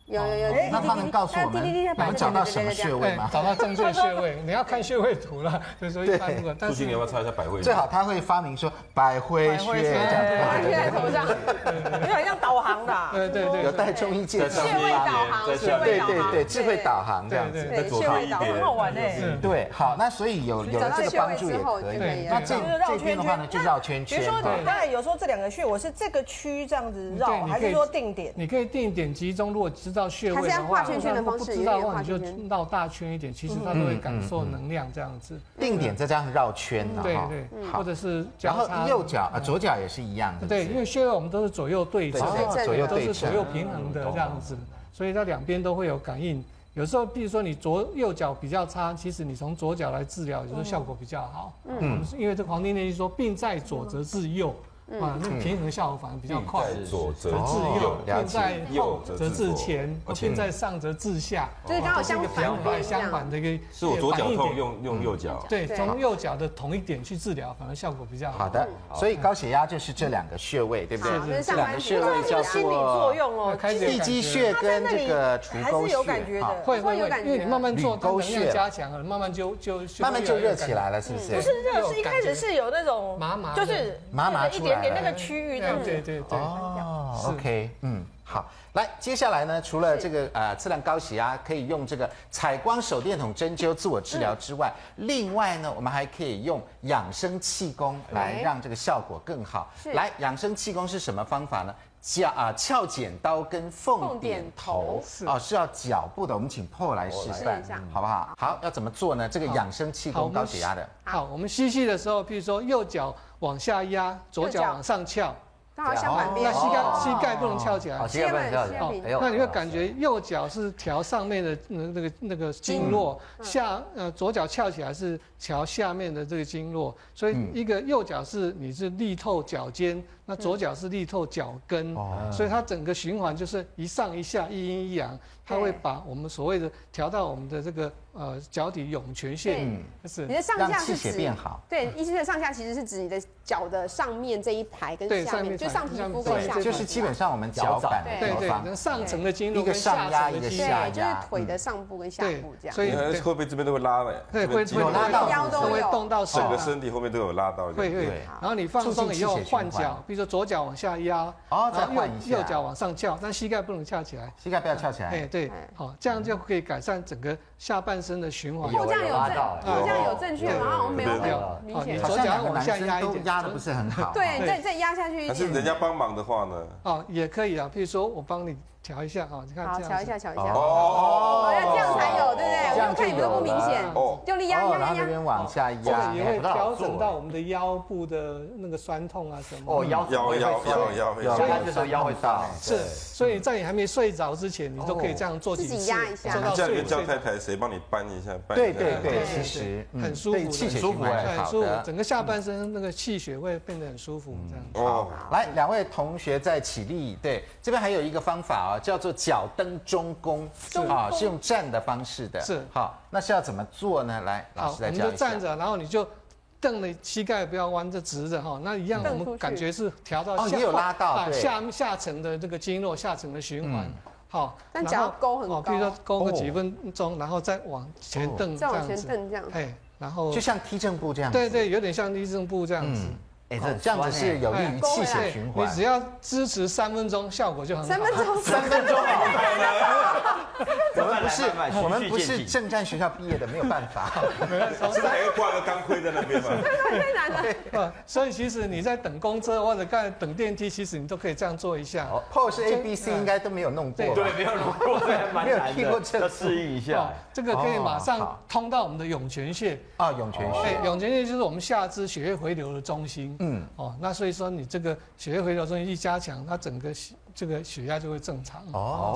Speaker 2: 有有有。
Speaker 4: 哦
Speaker 2: 滴滴滴
Speaker 1: 那他能告诉我
Speaker 2: 那
Speaker 1: 们
Speaker 2: 滴滴滴它
Speaker 1: 我
Speaker 2: 摆
Speaker 1: 们
Speaker 2: 在
Speaker 1: 找到
Speaker 2: 这里
Speaker 1: 什么穴？
Speaker 4: 对
Speaker 1: 位吗，？
Speaker 4: 找到正确穴
Speaker 1: <laughs>
Speaker 4: 位，你要看穴位图了。 <laughs> 就是说一般如果，但
Speaker 6: 朱
Speaker 4: 是
Speaker 6: 经理要不要猜一下百会？
Speaker 1: 最好他会发明说百会
Speaker 7: 百
Speaker 1: 穴
Speaker 7: 会
Speaker 1: 这
Speaker 7: 穴
Speaker 1: 样
Speaker 2: 对对对对对对对对在头上。
Speaker 7: 有点像导航的啊、 <laughs>
Speaker 4: 对对
Speaker 1: 子，
Speaker 4: 对
Speaker 1: 有
Speaker 4: 对
Speaker 1: 带中医介绍
Speaker 6: 在
Speaker 2: 穴位
Speaker 6: 上面
Speaker 2: 导航，
Speaker 6: 在
Speaker 2: 穴
Speaker 6: 下
Speaker 2: 位
Speaker 1: 对
Speaker 2: 导
Speaker 1: 对
Speaker 2: 航，
Speaker 1: 对，智慧导航这样
Speaker 4: 对
Speaker 1: 子。
Speaker 4: 对
Speaker 6: 在左
Speaker 2: 穴
Speaker 6: 边
Speaker 2: 位
Speaker 6: 一
Speaker 2: 导航
Speaker 6: 边，
Speaker 2: 欸
Speaker 7: 很好玩哎、
Speaker 4: 是
Speaker 1: 对，好，那所以有有了这个帮助也可以。
Speaker 4: 对
Speaker 1: 那这
Speaker 4: 对
Speaker 7: 对
Speaker 1: 这边的话呢，就绕圈
Speaker 7: 比如
Speaker 1: 圈
Speaker 7: 说，
Speaker 1: 哈。
Speaker 7: 大概有时候这两个穴，我是这个区这样子
Speaker 4: 对
Speaker 7: 绕，
Speaker 4: 你
Speaker 7: 还
Speaker 4: 可以
Speaker 7: 是说定点？
Speaker 4: 你可以定点集中，如果知道穴位
Speaker 2: 它是
Speaker 4: 的
Speaker 2: 按
Speaker 4: 话，
Speaker 2: 画圈圈的
Speaker 4: 如果
Speaker 2: 方
Speaker 4: 不
Speaker 2: 式
Speaker 4: 知道的话，
Speaker 2: 有
Speaker 4: 你就
Speaker 2: 点画圈圈
Speaker 4: 绕大圈一点，其实
Speaker 1: 嗯
Speaker 4: 它都会感受能量这样子。
Speaker 1: 定点再这样绕圈了
Speaker 4: 对
Speaker 1: 哈。
Speaker 4: 嗯对，或
Speaker 1: 嗯好，
Speaker 4: 者是
Speaker 1: 然
Speaker 4: 交
Speaker 1: 后
Speaker 4: 叉
Speaker 1: 右脚啊，左脚也是一样的。
Speaker 4: 对，因为穴位我们都是左右对称，
Speaker 1: 对
Speaker 2: 对
Speaker 1: 左右
Speaker 4: 都
Speaker 1: 对
Speaker 4: 是左右
Speaker 1: 称。
Speaker 4: 平衡的这样子，所以它两边都会有感应。有时候，比如说你左右脚比较差，其实你从左脚来治疗，有时候效果比较好。嗯，因为这《黄帝内经》说“病在左则治右”，啊，那平衡效果反而比较快。
Speaker 6: 在左
Speaker 4: 则
Speaker 6: 则
Speaker 4: 治右
Speaker 1: 哦，了
Speaker 4: 病
Speaker 1: 解
Speaker 4: 在
Speaker 6: 右
Speaker 4: 后
Speaker 6: 则
Speaker 4: 则
Speaker 6: 治
Speaker 4: 治
Speaker 6: 左
Speaker 4: 前，
Speaker 6: 而且
Speaker 4: 病在上则治下，哦
Speaker 2: 就是刚好相反
Speaker 4: 相反
Speaker 2: 的
Speaker 4: 相反的一个
Speaker 6: 是我左
Speaker 4: 反
Speaker 6: 脚
Speaker 4: 应
Speaker 6: 痛
Speaker 4: 点
Speaker 6: 用用右脚，
Speaker 4: 对，
Speaker 2: 对
Speaker 4: 从右脚的同一点去治疗，反而效果比较好。
Speaker 1: 好的，所以高血压就是这两个穴位，对不对
Speaker 2: 好，就？是
Speaker 1: 这
Speaker 2: 上
Speaker 1: 两
Speaker 2: 班
Speaker 1: 个
Speaker 2: 族
Speaker 1: 穴位叫
Speaker 5: 心理作
Speaker 1: 做
Speaker 5: 用哦，
Speaker 4: 开始有
Speaker 1: 地
Speaker 4: 感
Speaker 1: 基
Speaker 4: 觉
Speaker 1: 穴跟这个除
Speaker 7: 还
Speaker 1: 沟
Speaker 7: 是有
Speaker 1: 穴
Speaker 7: 感觉
Speaker 1: 哈
Speaker 7: 的，
Speaker 4: 会
Speaker 2: 会
Speaker 4: 会
Speaker 2: 有
Speaker 4: 会
Speaker 2: 感，
Speaker 4: 因为
Speaker 2: 觉
Speaker 5: 啊
Speaker 4: 你慢慢做，它
Speaker 1: 勾
Speaker 4: 能量
Speaker 1: 血
Speaker 4: 加强了，慢慢就就就
Speaker 1: 慢慢就
Speaker 4: 嗯会有
Speaker 1: 热起来
Speaker 4: 感
Speaker 1: 了，是不是？
Speaker 5: 不是热，是一开始是有那种
Speaker 4: 麻麻的
Speaker 5: 就是
Speaker 1: 麻麻
Speaker 5: 一
Speaker 1: 出来
Speaker 5: 点点那
Speaker 1: 了
Speaker 5: 个区域
Speaker 4: 觉。
Speaker 5: 这样
Speaker 4: 对
Speaker 5: 子。
Speaker 4: 对对对，
Speaker 1: 哦
Speaker 4: 是
Speaker 1: ，OK，嗯，好，来，接下来呢，除了这个呃测量高血压可以用这个采光手电筒针灸自我治疗之外，另外呢，我们还可以用养生气功来
Speaker 2: 哎
Speaker 1: 让这个效果更好
Speaker 2: 是。
Speaker 1: 来，养生气功是什么方法呢？脚啊，翘剪刀跟凤
Speaker 2: 凤
Speaker 1: 点
Speaker 2: 点
Speaker 1: 头
Speaker 2: 头
Speaker 1: 哦，是要脚步的。我们请 Paul 来示
Speaker 2: 来
Speaker 1: 范
Speaker 2: 试一下，
Speaker 1: 好不好？好，要怎么做呢？这个养生气
Speaker 4: 好
Speaker 1: 功
Speaker 4: 我们
Speaker 1: 高血压的，
Speaker 4: 好，我们吸气的时候，譬如说右脚往下压，左脚往上翘，
Speaker 2: 刚好相反
Speaker 1: 哦
Speaker 2: 边
Speaker 4: 那。膝盖
Speaker 1: 哦
Speaker 4: 膝盖不能翘起来
Speaker 3: 好，。谢谢
Speaker 2: 谢
Speaker 3: 不
Speaker 2: 谢
Speaker 3: 能这样
Speaker 2: 谢谢
Speaker 3: 讲
Speaker 2: 平
Speaker 3: 哎呦
Speaker 4: 那你会感觉右脚是调上面的那那个那个经络，下呃左脚翘起来是调下面的这个经络，所以
Speaker 1: 嗯
Speaker 4: 一个右脚是你是力透脚尖，那
Speaker 1: 哦
Speaker 4: 左脚是力透脚跟，所以它整个循环就是一上一下一阴一阳，它会把我们所谓的调到我们的这个呃脚底涌泉
Speaker 2: 对
Speaker 4: 穴，
Speaker 2: 嗯
Speaker 4: 就是
Speaker 2: 你的上
Speaker 1: 让
Speaker 2: 下
Speaker 1: 气
Speaker 2: 是
Speaker 1: 血
Speaker 2: 指
Speaker 1: 变好。
Speaker 2: 对，医生的上下其实是指你的脚的上面这一排跟
Speaker 4: 对
Speaker 2: 下
Speaker 4: 上
Speaker 2: 面，
Speaker 4: 面
Speaker 2: 就上皮肤
Speaker 4: 上
Speaker 2: 跟
Speaker 4: 面
Speaker 2: 下啊
Speaker 4: 这
Speaker 2: 面，
Speaker 4: 一
Speaker 1: 就是基本上我们脚板的
Speaker 4: 对
Speaker 1: 地
Speaker 4: 对，那
Speaker 1: 方，
Speaker 4: 上层的经络
Speaker 1: 一个
Speaker 4: 跟
Speaker 1: 上压
Speaker 4: 下层的
Speaker 1: 一个
Speaker 4: 经
Speaker 1: 下
Speaker 2: 对，
Speaker 4: 络，
Speaker 2: 就是腿的上部跟下
Speaker 4: 对
Speaker 2: 部这样。
Speaker 4: 所以
Speaker 6: 你看后背这边都会拉嘞，
Speaker 4: 对，会
Speaker 1: 有
Speaker 4: 会
Speaker 1: 拉到
Speaker 2: 腰都
Speaker 4: 会
Speaker 2: 有
Speaker 4: 动到手
Speaker 6: 整个
Speaker 4: 啊，
Speaker 6: 身体后面都有拉到。
Speaker 4: 会会
Speaker 1: 对。
Speaker 4: 然后你放松以
Speaker 1: 促
Speaker 4: 后
Speaker 1: 进气血循环
Speaker 4: 换脚，比如说左脚往下压，
Speaker 1: 哦再
Speaker 4: 然后右
Speaker 1: 换一下
Speaker 4: 右脚往上翘，但膝盖不能翘起来。
Speaker 1: 膝盖不要翘起
Speaker 4: 哎，
Speaker 1: 来。
Speaker 4: 对
Speaker 2: 哎，
Speaker 4: 好，这样就可以改善整个下半身的循
Speaker 1: 哎
Speaker 4: 环。
Speaker 1: 啊
Speaker 2: 我这样有
Speaker 3: 拉
Speaker 2: 证，
Speaker 3: 到
Speaker 2: 我这样有
Speaker 6: 有
Speaker 2: 证据
Speaker 3: 有
Speaker 2: 吗？好像没有
Speaker 6: 有
Speaker 2: 很明显
Speaker 4: 有。
Speaker 1: 好
Speaker 4: 左
Speaker 1: 像
Speaker 4: 脚
Speaker 1: 两个
Speaker 4: 往下
Speaker 1: 男
Speaker 4: 压一
Speaker 1: 生都
Speaker 4: 点
Speaker 1: 压的不是很好。
Speaker 2: 对，
Speaker 4: 对
Speaker 2: 再再压下去一
Speaker 6: 还是人
Speaker 2: 点。
Speaker 6: 家帮忙的话呢？
Speaker 4: 哦，也可以啊。譬如说我帮你调一下啊，你看
Speaker 2: 好，
Speaker 4: 这样子
Speaker 2: 瞧一下，瞧一下。
Speaker 6: 哦
Speaker 2: 哦，
Speaker 6: 哦
Speaker 2: 要这样才有，对不对？
Speaker 1: 这
Speaker 2: 我
Speaker 1: 样
Speaker 2: 就
Speaker 1: 就
Speaker 2: 看你们都不明显
Speaker 6: 有了，
Speaker 2: 用力压
Speaker 1: 哦，
Speaker 2: 压
Speaker 1: 然
Speaker 2: 压
Speaker 1: 后那
Speaker 2: 压。
Speaker 1: 边往下
Speaker 4: 这
Speaker 1: 压哎
Speaker 4: 个，哦也会
Speaker 3: 不太好
Speaker 4: 调
Speaker 3: 做
Speaker 4: 整到我们的腰部的那个酸痛啊什么。
Speaker 3: 哦，腰
Speaker 6: 腰腰腰哦腰
Speaker 3: 腰，
Speaker 6: 腰
Speaker 3: 他这时候腰会酸。
Speaker 4: 是，所以在你还没睡着之前，你都
Speaker 1: 哦
Speaker 4: 可以这样做几
Speaker 2: 自己
Speaker 4: 次
Speaker 2: 压一下，
Speaker 4: 做到
Speaker 6: 家里
Speaker 4: 睡
Speaker 6: 面叫
Speaker 4: 睡
Speaker 6: 太
Speaker 4: 着。
Speaker 6: 太，谁帮你搬一下？搬一
Speaker 1: 对
Speaker 6: 下
Speaker 1: 对对，
Speaker 4: 对
Speaker 1: 其实
Speaker 4: 对
Speaker 1: 嗯
Speaker 4: 呃很舒服
Speaker 1: 对
Speaker 4: 的
Speaker 1: 气血
Speaker 4: 很
Speaker 1: 循
Speaker 3: 舒服
Speaker 1: 环
Speaker 3: 哎
Speaker 1: 是
Speaker 4: 很
Speaker 1: 好
Speaker 4: 舒服
Speaker 1: 的，。嗯
Speaker 4: 整个下半身那个气血会变得很舒服，这样。
Speaker 6: <laughs> 哦，
Speaker 1: 来，两位同学在起立，对，这边还有一个方法哦，叫做脚蹬中弓，啊，是用站的方式的，
Speaker 4: 是
Speaker 1: 好，那是要怎么做呢？来，老
Speaker 4: 好，
Speaker 1: 师
Speaker 4: 我
Speaker 1: 来
Speaker 4: 们
Speaker 1: 教
Speaker 4: 就
Speaker 1: 一下
Speaker 4: 站。着，然后你就蹬了膝盖不要弯，就直着哈。那一样，
Speaker 2: 嗯
Speaker 5: 蹬
Speaker 4: 我
Speaker 5: 出
Speaker 4: 们
Speaker 5: 去
Speaker 4: 感觉是调到
Speaker 1: 哦
Speaker 4: 下
Speaker 1: 也有拉到
Speaker 4: 啊
Speaker 1: 对
Speaker 4: 下下层的这个经络，下层的循环
Speaker 1: 嗯。
Speaker 4: 好，
Speaker 2: 但
Speaker 4: 然
Speaker 2: 脚要
Speaker 4: 后
Speaker 2: 勾很
Speaker 4: 哦
Speaker 2: 高
Speaker 4: 比如说勾个几
Speaker 1: 哦
Speaker 4: 分钟，然后再往前
Speaker 1: 哦
Speaker 4: 蹬，
Speaker 2: 再往前
Speaker 4: 子
Speaker 2: 蹬这样子
Speaker 4: 哎，然后
Speaker 1: 就像踢正步这样子。
Speaker 4: 对对，有点像立正步这样子。，
Speaker 1: 哎，这这样子是有利于气血循
Speaker 4: 你
Speaker 1: 环。
Speaker 4: 只要支持三分钟，效果就很好。
Speaker 2: 三分钟，
Speaker 1: <laughs> 三分钟好难我们不是
Speaker 3: 慢慢来慢慢
Speaker 1: 我们不
Speaker 3: 循序
Speaker 1: 是
Speaker 3: 渐进
Speaker 1: 正战学校毕业的，没有办法。
Speaker 6: 是不是还要挂个钢盔在那 <laughs> 边嘛？
Speaker 2: 太难了。
Speaker 4: 啊， <laughs> 所以其实你在等公车或者干等电梯，其实你都可以这样做一下。
Speaker 1: Pose A B C
Speaker 4: 嗯
Speaker 1: 应该都没有弄过吧。
Speaker 4: 对
Speaker 3: 对， <laughs> 没有如果对，还蛮难
Speaker 1: 没有踢过
Speaker 3: 的，
Speaker 1: 这
Speaker 3: 要适应一下
Speaker 4: 哦。这个可以马
Speaker 1: 哦
Speaker 4: 上
Speaker 1: 好
Speaker 4: 通到我们的涌泉穴。
Speaker 1: 啊，涌泉
Speaker 4: 哎
Speaker 1: 穴，，
Speaker 4: 涌泉穴就是我们下肢血液回流的中心。
Speaker 1: 嗯
Speaker 4: 嗯，哦，那所以说你这个血液回流中心一加强，它整个血这个血压就会正常。哦，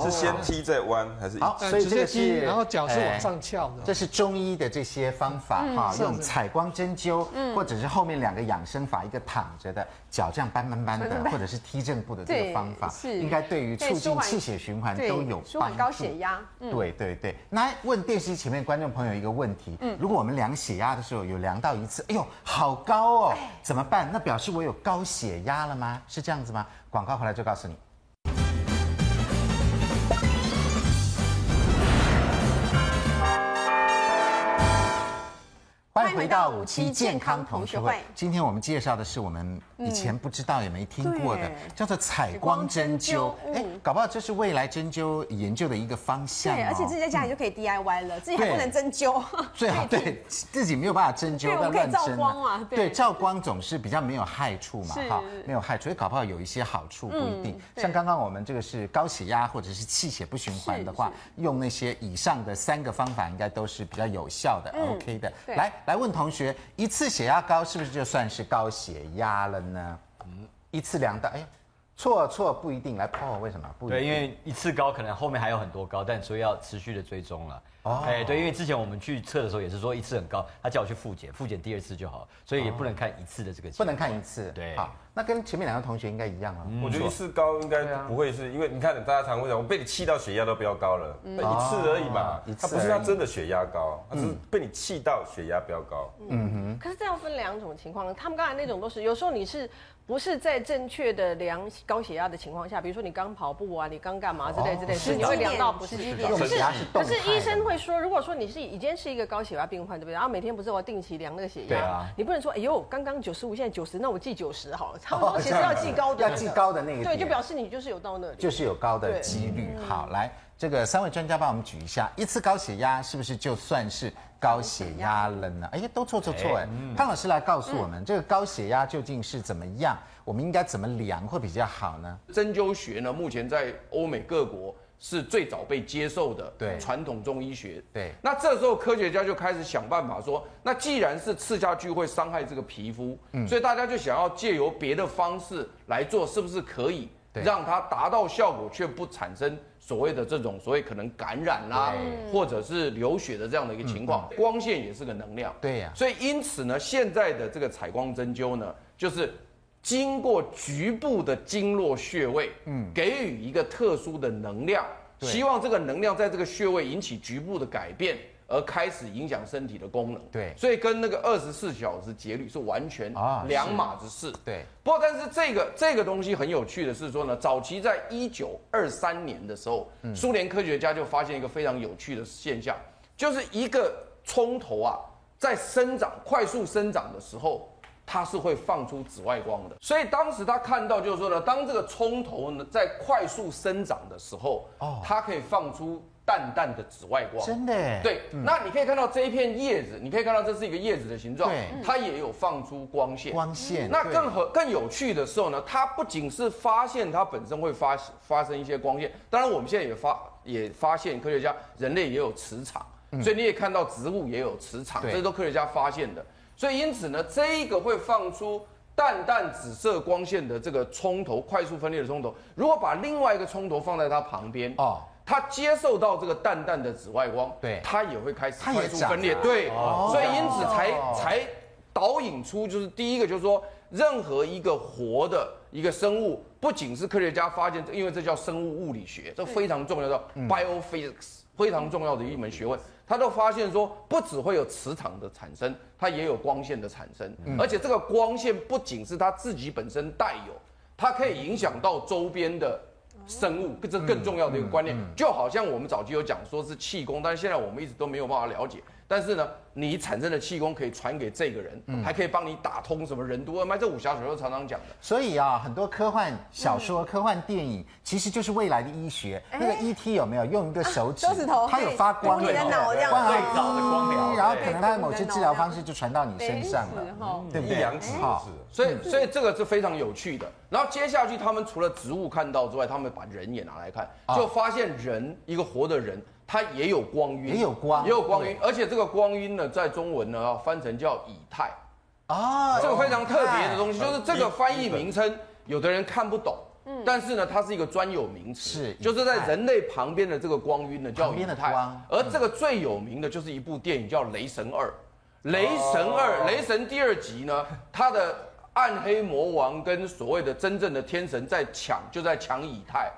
Speaker 1: 哦，
Speaker 6: 是先踢再弯，还是一
Speaker 1: 好，
Speaker 4: 呃
Speaker 1: 所以
Speaker 4: 直
Speaker 1: 这
Speaker 4: 接
Speaker 1: 个
Speaker 4: 踢，
Speaker 1: 是，
Speaker 4: 然后脚是
Speaker 1: 哎
Speaker 4: 往上翘的。
Speaker 1: 这是中医的这些方法哈，
Speaker 4: 是
Speaker 1: 用
Speaker 4: 是
Speaker 1: 采光针灸，或者是后面两个养生法，一个躺着的，脚这样搬搬搬的，或者是踢正步的这个
Speaker 2: 对
Speaker 1: 方法，
Speaker 2: 是
Speaker 1: 应该对于
Speaker 2: 对
Speaker 1: 促
Speaker 2: 舒
Speaker 1: 进
Speaker 2: 缓
Speaker 1: 气血循环
Speaker 2: 对
Speaker 1: 都有，
Speaker 2: 舒
Speaker 1: 帮
Speaker 2: 缓
Speaker 1: 助。
Speaker 2: 高血压。
Speaker 1: 对对对，那问电视机前面观众朋友一个问题：如果我们量血压的时候有量到一次，哎呦，好高哦，怎么办？那表示我有高血压了吗？是这样子吗？广告回来就告诉你。欢迎回到五期健康同学会。嗯今天我们介绍的是我们以前不知道也没听过的，
Speaker 2: 对
Speaker 1: 叫做采光针灸。哎、搞不好这是未来针灸研究的一个方向、哦。
Speaker 2: 嗯对，而且自己在家里就可以 DIY 了，自己还
Speaker 1: 对
Speaker 2: 不能针灸。
Speaker 1: 最好对自己没有办法针灸，
Speaker 2: 对我们
Speaker 1: 不
Speaker 2: 可
Speaker 1: 然
Speaker 2: 以照
Speaker 1: 乱针啊
Speaker 2: 光嘛对
Speaker 1: 对，照光总是比较没有害处嘛，
Speaker 2: 是嗯
Speaker 1: 哈，没有害处，也搞不好有一些好处，不一定。像刚刚我们这个是高血压或者是气血不循环的话，用那些以上的三个方法应该都是比较有效的，OK 的。
Speaker 2: 嗯对
Speaker 1: 来来问同学，一次血压高是不是就算是高血压了呢？一次量到，哎，错错不一定，来 Paul 为什么不一定？
Speaker 3: 对，因为一次高可能后面还有很多高，但所以要持续的追踪了。哦，哎，对，因为之前我们去测的时候也是说一次很高，他叫我去复检，复检第二次就好，所以也不能看一次的这个。
Speaker 1: 不能。看一次，
Speaker 3: 对
Speaker 1: 好，那跟前面两个同学应该一样啊。
Speaker 6: 我觉得一次高应该
Speaker 4: 啊
Speaker 6: 不会是因为你看大家常会讲，我被你气到血压都飙高了，那嗯一次而已嗯嘛
Speaker 1: 哦一，次
Speaker 6: 他不是他真的血压高，他只是被你气到血压飙高。
Speaker 1: 嗯
Speaker 5: 可是这样分两种情况，他们刚才那种都是，有时候你是不是在正确的量高血压的情况下，比如说你刚跑步啊，你刚干嘛之
Speaker 1: 哦
Speaker 5: 类之类，是你会量到不是
Speaker 2: 时机
Speaker 5: 一
Speaker 2: 点
Speaker 1: 因为我们血压是动
Speaker 5: 可
Speaker 1: 态的
Speaker 5: 是医生会说，如果说你是已经是一个高血压病患，对不对？然后每天不是我要定期量那个血
Speaker 3: 对
Speaker 5: 压，
Speaker 3: 啊
Speaker 5: 你不能说，哎呦，刚刚九十五，现在九十，那我记九十好了。他们说其实要记高的，
Speaker 1: 哦要记高的那个
Speaker 5: 对，
Speaker 1: 点
Speaker 5: 就表示你就是有到那里。
Speaker 1: 就是有高的
Speaker 5: 对
Speaker 1: 几率。好，来，这个三位专家帮我们举一下，一次高血压是不是就算是高血压了呢？
Speaker 2: 嗯
Speaker 1: 哎，都错错错，哎，潘老师来告诉我们，这个高血压究竟是怎么样？我们应该怎么量会比较好呢？
Speaker 8: 针灸学呢，目前在欧美各国是最早被接受的
Speaker 1: 对
Speaker 8: 传统中医学。
Speaker 1: 对
Speaker 8: 那这时候科学家就开始想办法说，那既然是刺下去会伤害这个皮肤，
Speaker 1: 嗯
Speaker 8: 所以大家就想要借由别的方式来做，是不是可以
Speaker 1: 对
Speaker 8: 让它达到效果，却不产生所谓的这种所谓可能感染啦、或者是流血的这样的一个情况？光线也是个能量，
Speaker 1: 嗯对呀
Speaker 8: 所以因此呢，现在的这个采光针灸呢，就是经过局部的经络穴位，嗯，给予一个特殊的能量，
Speaker 1: 对
Speaker 8: 希望这个能量在这个穴位引起局部的改变，而开始影响身体的功能。
Speaker 1: 对
Speaker 8: 所以跟那个二十四小时节律是完全
Speaker 1: 啊
Speaker 8: 两码子事。
Speaker 1: 对
Speaker 8: 不过，但是这个这个东西很有趣的是说呢，早期在一九二三年的时候，
Speaker 1: 嗯
Speaker 8: 苏联科学家就发现一个非常有趣的现象，就是一个葱头啊，在生长快速生长的时候，它是会放出紫外光的。所以当时他看到就是说呢，当这个葱头呢在快速生长的时候，
Speaker 1: 哦
Speaker 8: 它可以放出淡淡的紫外光。
Speaker 1: 真的嗯耶
Speaker 8: 对，那你可以看到这一片叶子，你可以看到这是一个叶子的形状
Speaker 1: 对，
Speaker 8: 它也有放出光线。
Speaker 1: 光线
Speaker 8: 那
Speaker 1: 对
Speaker 8: 更和更有趣的时候呢，它不仅是发现它本身会发发生一些光线，当然我们现在也发也发现科学家人类也有磁场，所以你也看到植物也有磁场，
Speaker 1: 嗯对
Speaker 8: 这都科学家发现的。所以因此呢，这一个会放出淡淡紫色光线的这个冲头，快速分裂的冲头，如果把另外一个冲头放在它旁边，
Speaker 1: 哦
Speaker 8: 哦。它接受到这个淡淡的紫外光，
Speaker 1: 对
Speaker 8: 它也会开始
Speaker 1: 它也
Speaker 8: 快速
Speaker 1: 长
Speaker 8: 分裂
Speaker 1: 啊，
Speaker 8: 对，
Speaker 1: 哦
Speaker 8: 所以因此才才导引出，就是第一个就是说，任何一个活的一个生物，不仅是科学家发现，因为这叫生物物理学，这非常重要的
Speaker 1: 嗯
Speaker 8: biophysics，非常重要的一门学问。他都发现说，不只会有磁场的产生，它也有光线的产生，
Speaker 1: 嗯
Speaker 8: 而且这个光线不仅是它自己本身带有，它可以影响到周边的生物，这更重要的一个观
Speaker 1: 嗯
Speaker 8: 念。就好像我们早期有讲说是气功，但是现在我们一直都没有办法了解。但是呢，你产生的气功可以传给这个人，
Speaker 1: 嗯
Speaker 8: 还可以帮你打通什么任督二脉，这武侠小说常常讲的。
Speaker 1: 所以啊，很多科幻小说、科幻电影
Speaker 2: 嗯
Speaker 1: 其实就是未来的医学。那个 ET 有没有用一个手指
Speaker 2: 哎啊手指头哎
Speaker 1: 它有发光
Speaker 2: 对你的脑这样子
Speaker 1: 光
Speaker 2: 最
Speaker 3: 早的光疗
Speaker 1: 然后
Speaker 3: 对
Speaker 1: 可能它的某些治疗方式就传到你身上
Speaker 5: 对是
Speaker 1: 了
Speaker 5: 哦，
Speaker 1: 对不对？
Speaker 6: 一阳指
Speaker 1: 好
Speaker 6: 是。
Speaker 8: 所
Speaker 1: 嗯
Speaker 8: 以，所以这个是非常有趣的。然后接下去，他们除了植物看到之外，他们把人也拿来看，
Speaker 1: 啊
Speaker 8: 就发现人一个活的人，他也有光晕，
Speaker 1: 也有光
Speaker 8: 也有光晕，而且这个光晕呢，在中文呢翻成叫以太。
Speaker 1: 哦，
Speaker 8: 这个非常特别的东西，就是这个翻译
Speaker 6: 一本
Speaker 8: 名称，有的人看不懂。但是呢，它是一个专有名
Speaker 1: 是
Speaker 8: 词，就是在人类旁边的这个光晕呢叫
Speaker 1: 旁边
Speaker 8: 以
Speaker 1: 的
Speaker 8: 太
Speaker 1: 光，
Speaker 8: 而这个最有名的就是一部电影叫《雷神二》，
Speaker 1: 嗯
Speaker 8: 《雷神二》
Speaker 1: 哦
Speaker 8: 雷神第二集呢，它的暗黑魔王跟所谓的真正的天神在抢，就在抢以太，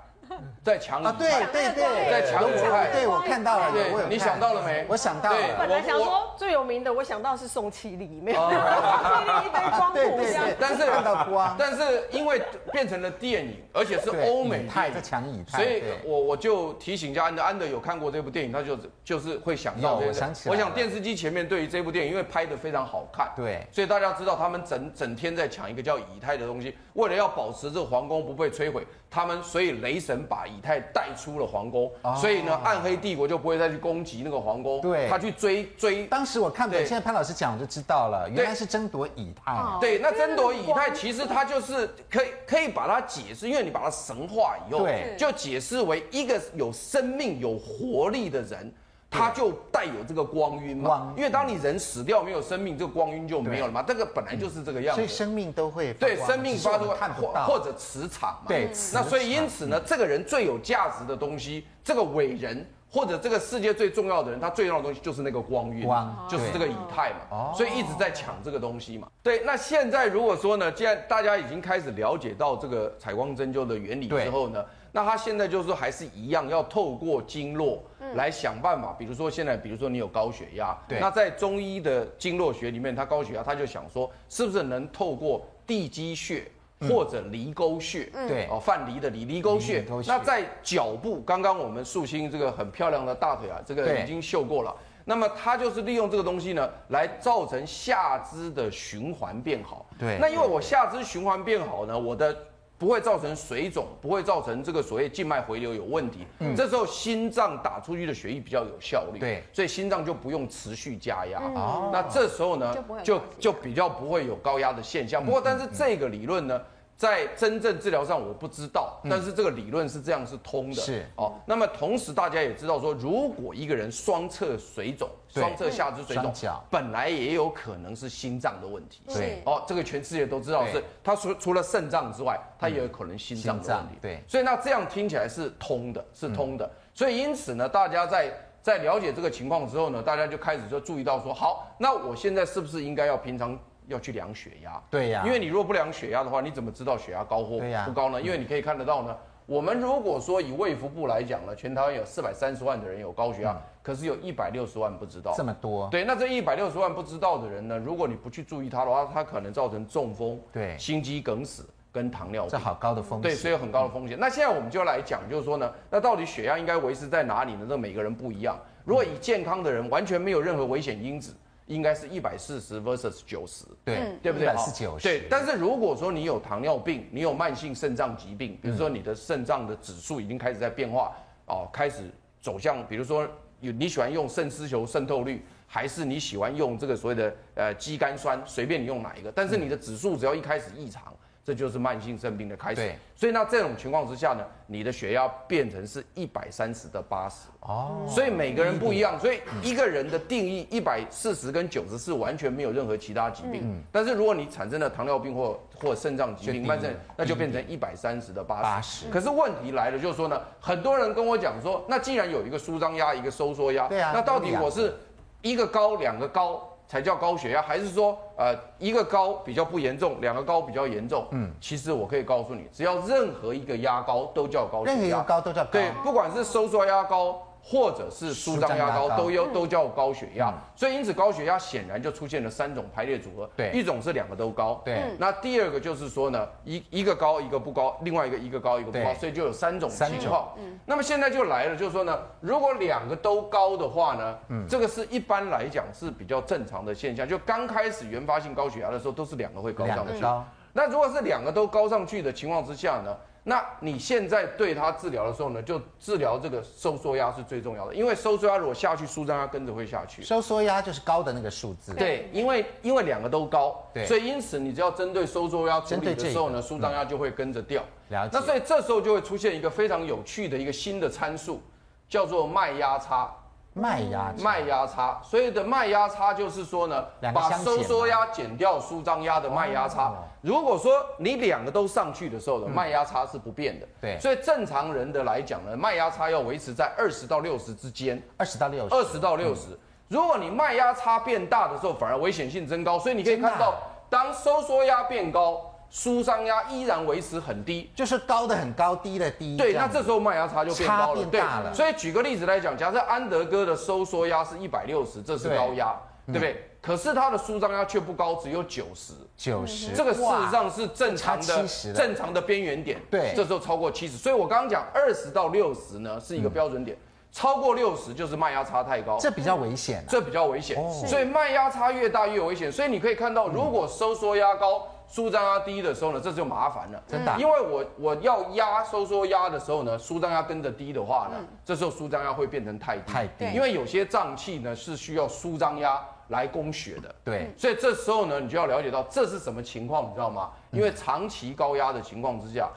Speaker 8: 在抢以
Speaker 1: 啊，对
Speaker 8: 太，
Speaker 1: 对对，
Speaker 8: 在抢以太，
Speaker 1: 对我看到了，
Speaker 8: 对
Speaker 1: 我有看
Speaker 8: 你想到了没
Speaker 1: 我想到
Speaker 8: 对
Speaker 1: 了。
Speaker 5: 本来想
Speaker 8: 我
Speaker 5: 说最有名的，我想到是宋其礼，没 <laughs> 有，宋其礼一堆光
Speaker 1: 哦对
Speaker 5: 谱
Speaker 1: 对
Speaker 5: 这样
Speaker 1: 对，
Speaker 8: 但是
Speaker 1: 看到光，
Speaker 8: 但是因为变成了电影，而且是
Speaker 1: 对
Speaker 8: 欧美
Speaker 1: 以太
Speaker 8: 电影
Speaker 1: 这强以太
Speaker 8: 所以
Speaker 1: 对
Speaker 8: 我我就提醒一下安德，安德有看过这部电影，他就就是会想
Speaker 1: 有
Speaker 8: 到这
Speaker 1: 我
Speaker 8: 个。
Speaker 1: 想起来
Speaker 8: 我
Speaker 1: 了
Speaker 8: 想电视机前面对于这部电影，因为拍的非常好看，
Speaker 1: 对
Speaker 8: 所以大家知道他们整整天在抢一个叫以太的东西，为了要保持这个皇宫不被摧毁，他们所以雷神把以太带出了皇宫，所以呢，暗黑帝国就不会再去攻击那个皇宫，
Speaker 1: 啊对
Speaker 8: 他去追追
Speaker 1: 当时我看本，
Speaker 8: 对
Speaker 1: 现在潘老师讲我就知道了，原
Speaker 8: 对
Speaker 1: 来是争夺以太。
Speaker 8: 对，那争夺以太其实它就是可以可以把它解释，因为你把它神化以后
Speaker 1: 对，
Speaker 8: 就解释为一个有生命、有活力的人。他就带有这个光晕嘛
Speaker 1: 光，
Speaker 8: 因为当你人死掉没有生命，这个光晕就没有了嘛。这个本来就是这个样
Speaker 1: 嗯所以
Speaker 8: 子。
Speaker 1: 生命都会发
Speaker 8: 对，
Speaker 1: 光
Speaker 8: 生命
Speaker 1: 只是我
Speaker 8: 发
Speaker 1: 们
Speaker 8: 出
Speaker 1: 看不
Speaker 8: 或
Speaker 1: 到，
Speaker 8: 或者磁场嘛。
Speaker 1: 对
Speaker 8: 嗯
Speaker 1: 磁
Speaker 8: 那
Speaker 1: 场嗯
Speaker 8: 所以因此呢，这个人最有价值的东西，这个伟人或者这个世界最重要的人，他最重要的东西就是那个光晕，
Speaker 1: 光
Speaker 8: 就是
Speaker 1: 对
Speaker 8: 这个以太
Speaker 1: 哦
Speaker 8: 嘛。所以一直在抢这个东西嘛。对，那现在如果说呢，既然大家已经开始了解到这个采光针灸的原理
Speaker 1: 对
Speaker 8: 之后呢，那他现在就是还是一样要透过经络来想办法，比如说现在，比如说你有高血压，
Speaker 1: 嗯对
Speaker 8: 那在中医的经络学里面，他高血压他就想说，是不是能透过地基穴或者离沟穴，
Speaker 1: 嗯对
Speaker 8: 哦，范蠡的蠡，离沟穴
Speaker 1: 离沟，穴
Speaker 8: 那在脚部，刚刚我们素心这个很漂亮的大腿啊，这个
Speaker 1: 对
Speaker 8: 已经秀过了。那么它就是利用这个东西呢，来造成下肢的循环变好。
Speaker 1: 对
Speaker 8: 那因为我下肢循环变好呢，我的不会造成水肿，不会造成这个所谓静脉回流有问题。这时候心脏打出去的血液比较有效率，
Speaker 1: 嗯对
Speaker 8: 所以心脏就不用持续加压。
Speaker 1: 哦
Speaker 8: 那这时候呢
Speaker 2: 嗯就不会，有
Speaker 8: 就
Speaker 2: 高血压
Speaker 8: 就比较不会有高压的现
Speaker 1: 嗯
Speaker 8: 象。不过，但是这个理论呢，在真正治疗上我不知道，
Speaker 1: 嗯
Speaker 8: 但是这个理论是这样是通的。
Speaker 1: 是
Speaker 8: 哦。那么同时大家也知道说，如果一个人双侧水肿，
Speaker 1: 对
Speaker 8: 双侧下肢水
Speaker 1: 双
Speaker 8: 肿
Speaker 1: 脚，
Speaker 8: 本来也有可能是心脏的问题。
Speaker 1: 对
Speaker 8: 哦，这个全世界都知道
Speaker 1: 对嗯
Speaker 8: 是，它除除了肾脏之外，它也有可能心脏的
Speaker 1: 心脏
Speaker 8: 问题。
Speaker 1: 对嗯
Speaker 8: 所以那这样听起来是通的，是通的。所以因此呢，大家在在了解这个情况之后呢，大家就开始就注意到说，好，那我现在是不是应该要平常要去量血压？
Speaker 1: 对呀
Speaker 8: 因为你如果不量血压的话，你怎么知道血压高或
Speaker 1: 对呀嗯
Speaker 8: 不高呢？因为你可以看得到呢。我们如果说以卫福部来讲呢，全台湾有四百三十万的人有高血压，可是有一百六十万不知道。
Speaker 1: 嗯这么多，
Speaker 8: 对，那这一百六十万不知道的人呢，如果你不去注意他的话，他可能造成中风、
Speaker 1: 对
Speaker 8: 心肌梗死跟糖尿病。
Speaker 1: 这好高的风险。
Speaker 8: 对，所以有很高的风险。那现在我们就来讲，就是说呢，那到底血压应该维持在哪里呢？这每个人不一样。如果以健康的人，完全没有任何危险因子，应该是一百四十 versus 九十，
Speaker 1: 对
Speaker 8: 对不对？
Speaker 1: 一百四九十。
Speaker 8: 对，但是如果说你有糖尿病，你有慢性肾脏疾病，比如说你的肾脏的指数已经开始在变化，哦，开始走向，比如说有你喜欢用肾丝球渗透率。还是你喜欢用这个所谓的呃肌酐酸，随便你用哪一个，但是你的指数只要一开始异常，这就是慢性肾病的开始
Speaker 1: 对。
Speaker 8: 所以那这种情况之下呢，你的血压变成是一百三十的八十哦，所以每个人不一样，所以一个人的定义一百四十跟九十是完全没有任何其他疾病，
Speaker 1: 嗯
Speaker 8: 但是如果你产生了糖尿病或或肾脏疾病、
Speaker 1: 就
Speaker 8: 慢
Speaker 1: 低
Speaker 8: 性
Speaker 1: 了，
Speaker 8: 那就变成一百三十的嗯八十。
Speaker 1: 80
Speaker 8: 可是问题来了，就是说呢，很多人跟我讲说，那既然有一个舒张压，一个收缩压，
Speaker 1: 对啊
Speaker 8: 那到底
Speaker 1: 都一样
Speaker 8: 我是一个高两个高才叫高血压，还是说呃一个高比较不严重，两个高比较严重？嗯，其实我可以告诉你，只要任何一个压高都叫高血压，
Speaker 1: 任何一个高都叫高
Speaker 8: 对，不管是收缩压高。或者是舒张压
Speaker 1: 舒张压
Speaker 8: 高
Speaker 1: 高嗯
Speaker 8: 都有都叫高血压，所以因此高血压显然就出现了三种排列组合，
Speaker 1: 对
Speaker 8: 一种是两个都高，
Speaker 1: 对嗯
Speaker 8: 那第二个就是说呢，一一个高一个不高，另外一个一个高一个不高，
Speaker 1: 对
Speaker 8: 所以就有三种
Speaker 1: 三
Speaker 8: 情
Speaker 1: 种
Speaker 8: 况。那么现在就来了，就是说呢，如果两个都高的话呢，
Speaker 1: 嗯
Speaker 8: 这个是一般来讲是比较正常的现象。就刚开始原发性高血压的时候，都是两个会高上
Speaker 1: 两个
Speaker 8: 去。
Speaker 1: 高
Speaker 8: 那如果是两个都高上去的情况之下呢，那你现在对它治疗的时候呢，就治疗这个收缩压是最重要的，因为收缩压如果下去，舒张压跟着会下去。
Speaker 1: 收缩压就是高的那个数字。
Speaker 8: 对，因为因为两个都高，
Speaker 1: 对
Speaker 8: 所以因此你只要针对收缩压处
Speaker 1: 针
Speaker 8: 理
Speaker 1: 对
Speaker 8: 的
Speaker 1: 这
Speaker 8: 时候
Speaker 1: 个
Speaker 8: 呢，舒张压就会跟着掉。
Speaker 1: 了解
Speaker 8: 那所以这时候就会出现一个非常有趣的一个新的参数，叫做脉压差。
Speaker 1: 脉压，
Speaker 8: 脉压差，所以的脉压差就是说呢
Speaker 1: 两，个
Speaker 8: 把
Speaker 1: 相减
Speaker 8: 收缩压减掉舒张压的脉压差
Speaker 1: 哦。嗯
Speaker 8: 如果说你两个都上去的时候呢，脉压差是不变的。
Speaker 1: 对
Speaker 8: 所以正常人的来讲呢，脉压差要维持在二十到六十之间。
Speaker 1: 二十到六十，嗯
Speaker 8: 二十到六十。如果你脉压差变大的时候，反而危险性增高。所以你可以看
Speaker 1: 真
Speaker 8: 到
Speaker 1: 的啊，
Speaker 8: 当收缩压变高，舒张压依然维持很低。
Speaker 1: 就是高的很高，低的低。
Speaker 8: 对，
Speaker 1: 这
Speaker 8: 那
Speaker 1: 样子
Speaker 8: 这时候脉压差就变高
Speaker 1: 差
Speaker 8: 了。
Speaker 1: 变
Speaker 8: 对
Speaker 1: 大了，
Speaker 8: 所以举个例子来讲，假设安德哥的收缩压是一百六十，这是
Speaker 1: 对嗯
Speaker 8: 高压，对不对？可是他的舒张压却不高，只有九十。
Speaker 1: 九十，
Speaker 8: 这个事
Speaker 1: 哇
Speaker 8: 实上是正常
Speaker 1: 差
Speaker 8: 的
Speaker 1: 70了
Speaker 8: 正常的边缘点，
Speaker 1: 对
Speaker 8: 这时候超过七十，所以我刚刚讲二十到六十呢是一个标准点，超过六十就是脉压差太高，
Speaker 1: 嗯这比较危险啊。
Speaker 8: 这比较危险。所以脉压差越大越危险。所以你可以看到，如果收缩压高、舒张压低的时候呢，这就麻烦了。
Speaker 1: 真的啊
Speaker 8: 因为我我要压收缩压的时候呢，舒张压跟着低的话呢，这时候舒张压会变成太低。
Speaker 1: 太低
Speaker 8: 因为有些脏器呢是需要舒张压来供血的。
Speaker 1: 对，
Speaker 8: 所以这时候呢，你就要了解到这是什么情况，你知道吗？
Speaker 1: 嗯
Speaker 8: 因为长期高压的情况之下，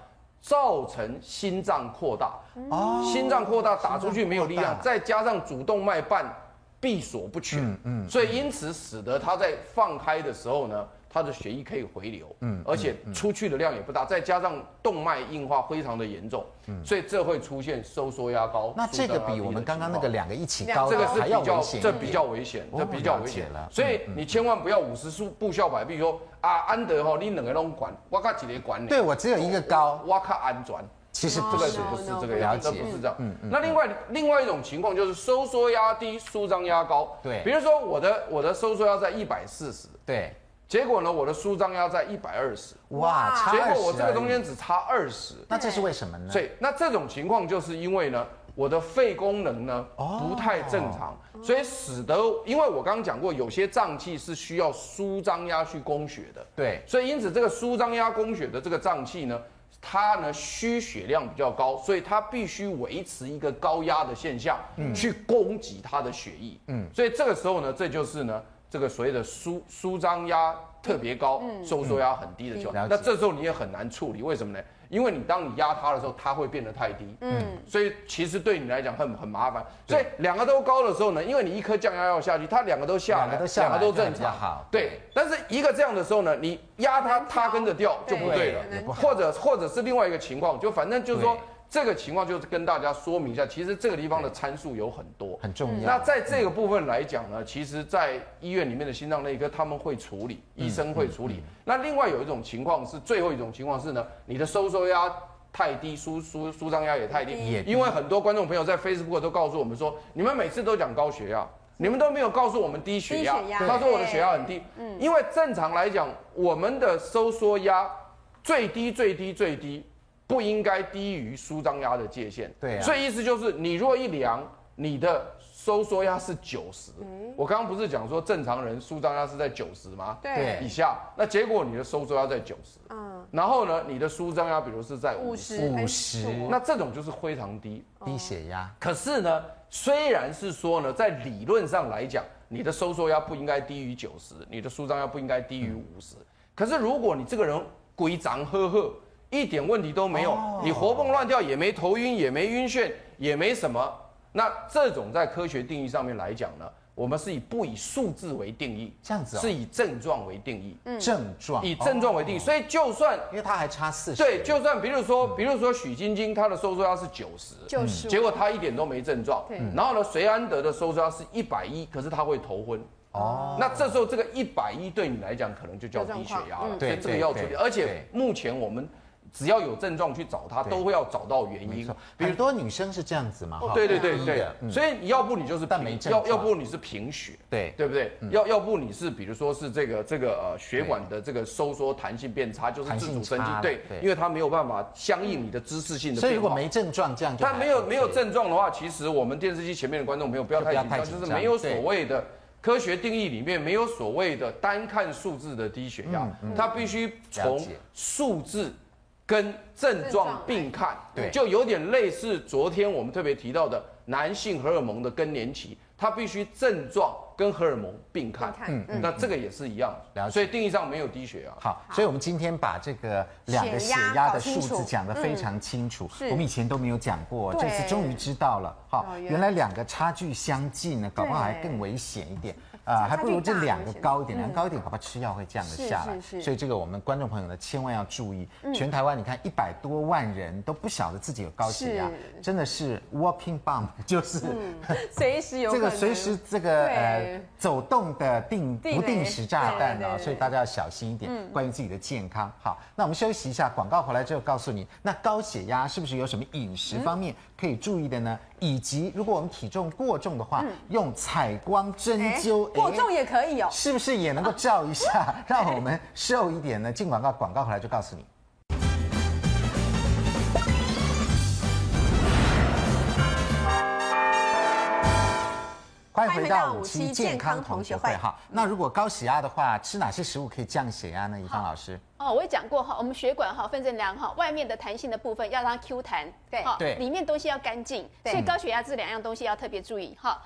Speaker 8: 造成心脏扩大，
Speaker 1: 哦
Speaker 8: 心脏扩大打出去没有力
Speaker 1: 心脏
Speaker 8: 量
Speaker 1: 扩，大
Speaker 8: 再加上主动脉瓣闭锁不全，嗯，所以因此使得他在放开的时候呢，他的血液可以回流，嗯，而且出去的量也不大，再加上动脉硬化非常的严重，所以这会出现收缩压高。
Speaker 1: 嗯那这
Speaker 8: 舒
Speaker 1: 个
Speaker 8: 张压低
Speaker 1: 比我们
Speaker 8: 的
Speaker 1: 刚刚那
Speaker 8: 情况
Speaker 1: 个两个一起高
Speaker 8: 这
Speaker 1: 的
Speaker 8: 个是
Speaker 1: 还要
Speaker 8: 比
Speaker 1: 危
Speaker 8: 较，
Speaker 1: 险一
Speaker 8: 这
Speaker 1: 点，
Speaker 8: 比较危险，
Speaker 1: 哦
Speaker 8: 这比较危险
Speaker 1: 了解嗯了
Speaker 8: 所以你千万不要五十数步笑百，比如说啊，安德吼，你两个拢管，我靠几个管你，
Speaker 1: 对我只有一个高，
Speaker 8: 我靠安全。
Speaker 1: 其实
Speaker 8: 这
Speaker 1: 不
Speaker 8: 个
Speaker 1: 是
Speaker 8: 是。不是
Speaker 2: no, no,
Speaker 8: 这个
Speaker 2: no.
Speaker 8: 样
Speaker 1: 哦了
Speaker 8: 子？
Speaker 1: 解嗯
Speaker 8: 这不是这样。那另外另外一种情况就是收缩压低，舒张压高。
Speaker 1: 对
Speaker 8: 比如说我的我的收缩压在一百四十，
Speaker 1: 对，
Speaker 8: 结果呢我的舒张压在一百二十，
Speaker 1: 哇，差
Speaker 8: 结
Speaker 1: 二
Speaker 8: 果我
Speaker 1: 十，
Speaker 8: 这个中间，只差二十。
Speaker 1: 那这是为什么呢？
Speaker 8: 所以那这种情况就是因为呢，我的肺功能呢不太正常，所以使得因为我刚刚讲过，有些脏器是需要舒张压去供血的，
Speaker 1: 对，
Speaker 8: 所以因此这个舒张压供血的这个脏器呢。它呢需血量比较高，所以它必须维持一个高压的现象，
Speaker 1: 嗯
Speaker 8: 去供给它的血液。嗯，所以这个时候呢，这就是呢这个所谓的舒舒张压特别高，收缩压很低的情
Speaker 1: 嗯
Speaker 8: 况。
Speaker 1: 了解
Speaker 8: 那这时候你也很难处理，为什么呢？因为你当你压它的时候，它会变得太低，嗯，所以其实对你来讲很很麻烦。所以两个都高的时候呢，因为你一颗降压药下去，它两个都下来，
Speaker 1: 两个都下来
Speaker 8: 正
Speaker 1: 这样比较
Speaker 8: 常，
Speaker 1: 好
Speaker 8: 对。但是一个这样的时候呢，你压它，它跟着掉就不对了
Speaker 1: 对也，不好
Speaker 8: 或者或者是另外一个情况，就反正就是说
Speaker 1: 对
Speaker 8: 这个情况就是跟大家说明一下，其实这个地方的参数有很多，
Speaker 1: 很重要。
Speaker 8: 嗯那在这个部分来讲呢，其实，在医院里面的心脏内科他们会处理，医生会处理。那另外有一种情况是，最后一种情况是呢，你的收缩压太低，舒舒舒张压也太低。
Speaker 1: 也
Speaker 8: 因为很多观众朋友在 Facebook 都告诉我们说，你们每次都讲高血压，你们都没有告诉我们低血压
Speaker 2: 低血。压
Speaker 8: 他说
Speaker 2: 对
Speaker 8: 我的血压很低，因为正常来讲，我们的收缩压最低最低最低不应该低于舒张压的界限。
Speaker 1: 对啊
Speaker 8: 所以意思就是你若一量，你的收缩压是九十。我刚刚不是讲说正常人舒张压是在九十吗？
Speaker 1: 对
Speaker 8: 以下，那结果你的收缩压在九十，
Speaker 2: 嗯，
Speaker 8: 然后呢，你的舒张压比如是在
Speaker 5: 五
Speaker 8: 五十，
Speaker 2: 哎
Speaker 1: 五
Speaker 5: 十
Speaker 1: 十
Speaker 8: 那这种就是非常低。
Speaker 1: 低血压，
Speaker 8: 可是呢，虽然是说呢，在理论上来讲，你的收缩压不应该低于九十，你的舒张压不应该低于五十。可是如果你这个人鬼长呵呵，一点问题都没有，
Speaker 1: 哦
Speaker 8: 你活蹦乱跳也没头晕，也没晕眩，也没什么，那这种在科学定义上面来讲呢，我们是以不以数字为定义，
Speaker 1: 这样子哦
Speaker 8: 是以症状为定义，
Speaker 1: 症状
Speaker 8: 以症状为
Speaker 1: 哦
Speaker 8: 定义。所以就算
Speaker 1: 因为他还差四十，
Speaker 8: 对，就算比如说，比如说许晶晶，她的收缩压是九十，
Speaker 2: 九十
Speaker 8: 结果她一点都没症状。
Speaker 5: 对
Speaker 8: 然后呢，隋安德的收缩压是一百一，可是她会头昏。
Speaker 1: 哦
Speaker 8: 哦，那这时候这个一百一对你来讲可能就叫低血压
Speaker 2: 嗯
Speaker 8: 了，所
Speaker 1: 对
Speaker 8: 以这个要处
Speaker 1: 对
Speaker 8: 理。
Speaker 1: 对
Speaker 8: 而
Speaker 1: 对
Speaker 8: 且目前我们只要有症状去找他，
Speaker 1: 对
Speaker 8: 都会要找到原
Speaker 1: 没
Speaker 8: 因
Speaker 1: 错，，
Speaker 8: 比如哦
Speaker 1: 很多女生是这样子嘛，哈
Speaker 8: 对对对
Speaker 1: 低
Speaker 8: 对
Speaker 1: 的，嗯
Speaker 8: 所以你要不你就是
Speaker 1: 但
Speaker 8: 贫
Speaker 1: 没症
Speaker 8: 要要
Speaker 1: 状
Speaker 8: 不你是贫血，
Speaker 1: 对嗯
Speaker 8: 对不对？要要不你是比如说是这个这个呃血管的这个收缩弹性变差，就是
Speaker 1: 弹
Speaker 8: 自
Speaker 1: 性
Speaker 8: 主神经
Speaker 1: 差了
Speaker 8: 对
Speaker 1: 对，
Speaker 8: 因为它没有办法相应你的知识性的变化。
Speaker 1: 所以如果没症状这样就还
Speaker 8: 但没有
Speaker 1: OK
Speaker 8: 没有症状的话，其实我们电视机前面的观众朋友不要太紧
Speaker 1: 就不要太
Speaker 8: 张，
Speaker 1: 紧
Speaker 8: 就
Speaker 1: 张
Speaker 8: 是没有所谓的科学定义里面没有所谓的单看数字的低血压，它必须
Speaker 1: 嗯了
Speaker 8: 从
Speaker 1: 解
Speaker 8: 数字跟症状并看，
Speaker 1: 对
Speaker 8: 就有点类似昨天我们特别提到的男性荷尔蒙的更年期，它必须症状跟荷尔蒙并看，
Speaker 2: 并看
Speaker 8: 嗯，那这个也是一样
Speaker 1: 了，解
Speaker 8: 所以定义上没有低血压。
Speaker 1: 好，所以我们今天把这个两个血压的数字讲得非常清楚，
Speaker 2: 嗯
Speaker 1: 我们以前都没有讲过，
Speaker 2: 对
Speaker 1: 这次终于知道了。好，
Speaker 2: 哦原来
Speaker 1: 原来两个差距相近呢，搞不好还更危险一点。啊，还不如这两个高一点，两个高一点，搞不好吃药会降得下来。
Speaker 2: 嗯是是是嗯
Speaker 1: 所以这个我们观众朋友呢，千万要注意。全台湾你看一百多万人都不晓得自己有高血压，
Speaker 2: 是嗯
Speaker 1: 真的是 walking bump，就是
Speaker 5: 随时有
Speaker 1: 这个
Speaker 5: 可能
Speaker 1: 随时这个呃走动的定
Speaker 5: 地雷
Speaker 1: 不定时炸弹
Speaker 5: 对对
Speaker 1: 哦，
Speaker 5: 对嗯
Speaker 1: 所以大家要小心一点，关于自己的健康。好，那我们休息一下，广告回来之后告诉你，那高血压是不是有什么饮食
Speaker 5: 嗯
Speaker 1: 方面可以注意的呢？以及如果我们体重过重的
Speaker 5: 嗯
Speaker 1: 话，用采光针灸
Speaker 2: 过
Speaker 1: 哎
Speaker 2: 重也可以哦。
Speaker 1: 是不是也能够照一下， <laughs> 让我们瘦一点呢？进广告，广告回来就告诉你。欢迎回到五期健康同学会哈。那如果高血压的话，吃哪些食物可以降血压呢？怡芳老师，
Speaker 9: 哦，我也讲过哈，我们血管哈分成两哈，外面的弹性的部分要让它 Q 弹，
Speaker 2: 对
Speaker 9: 哈
Speaker 1: 对
Speaker 9: 里面东西要干净，
Speaker 2: 对
Speaker 9: 所以高血压这两样东西要特别注意哈。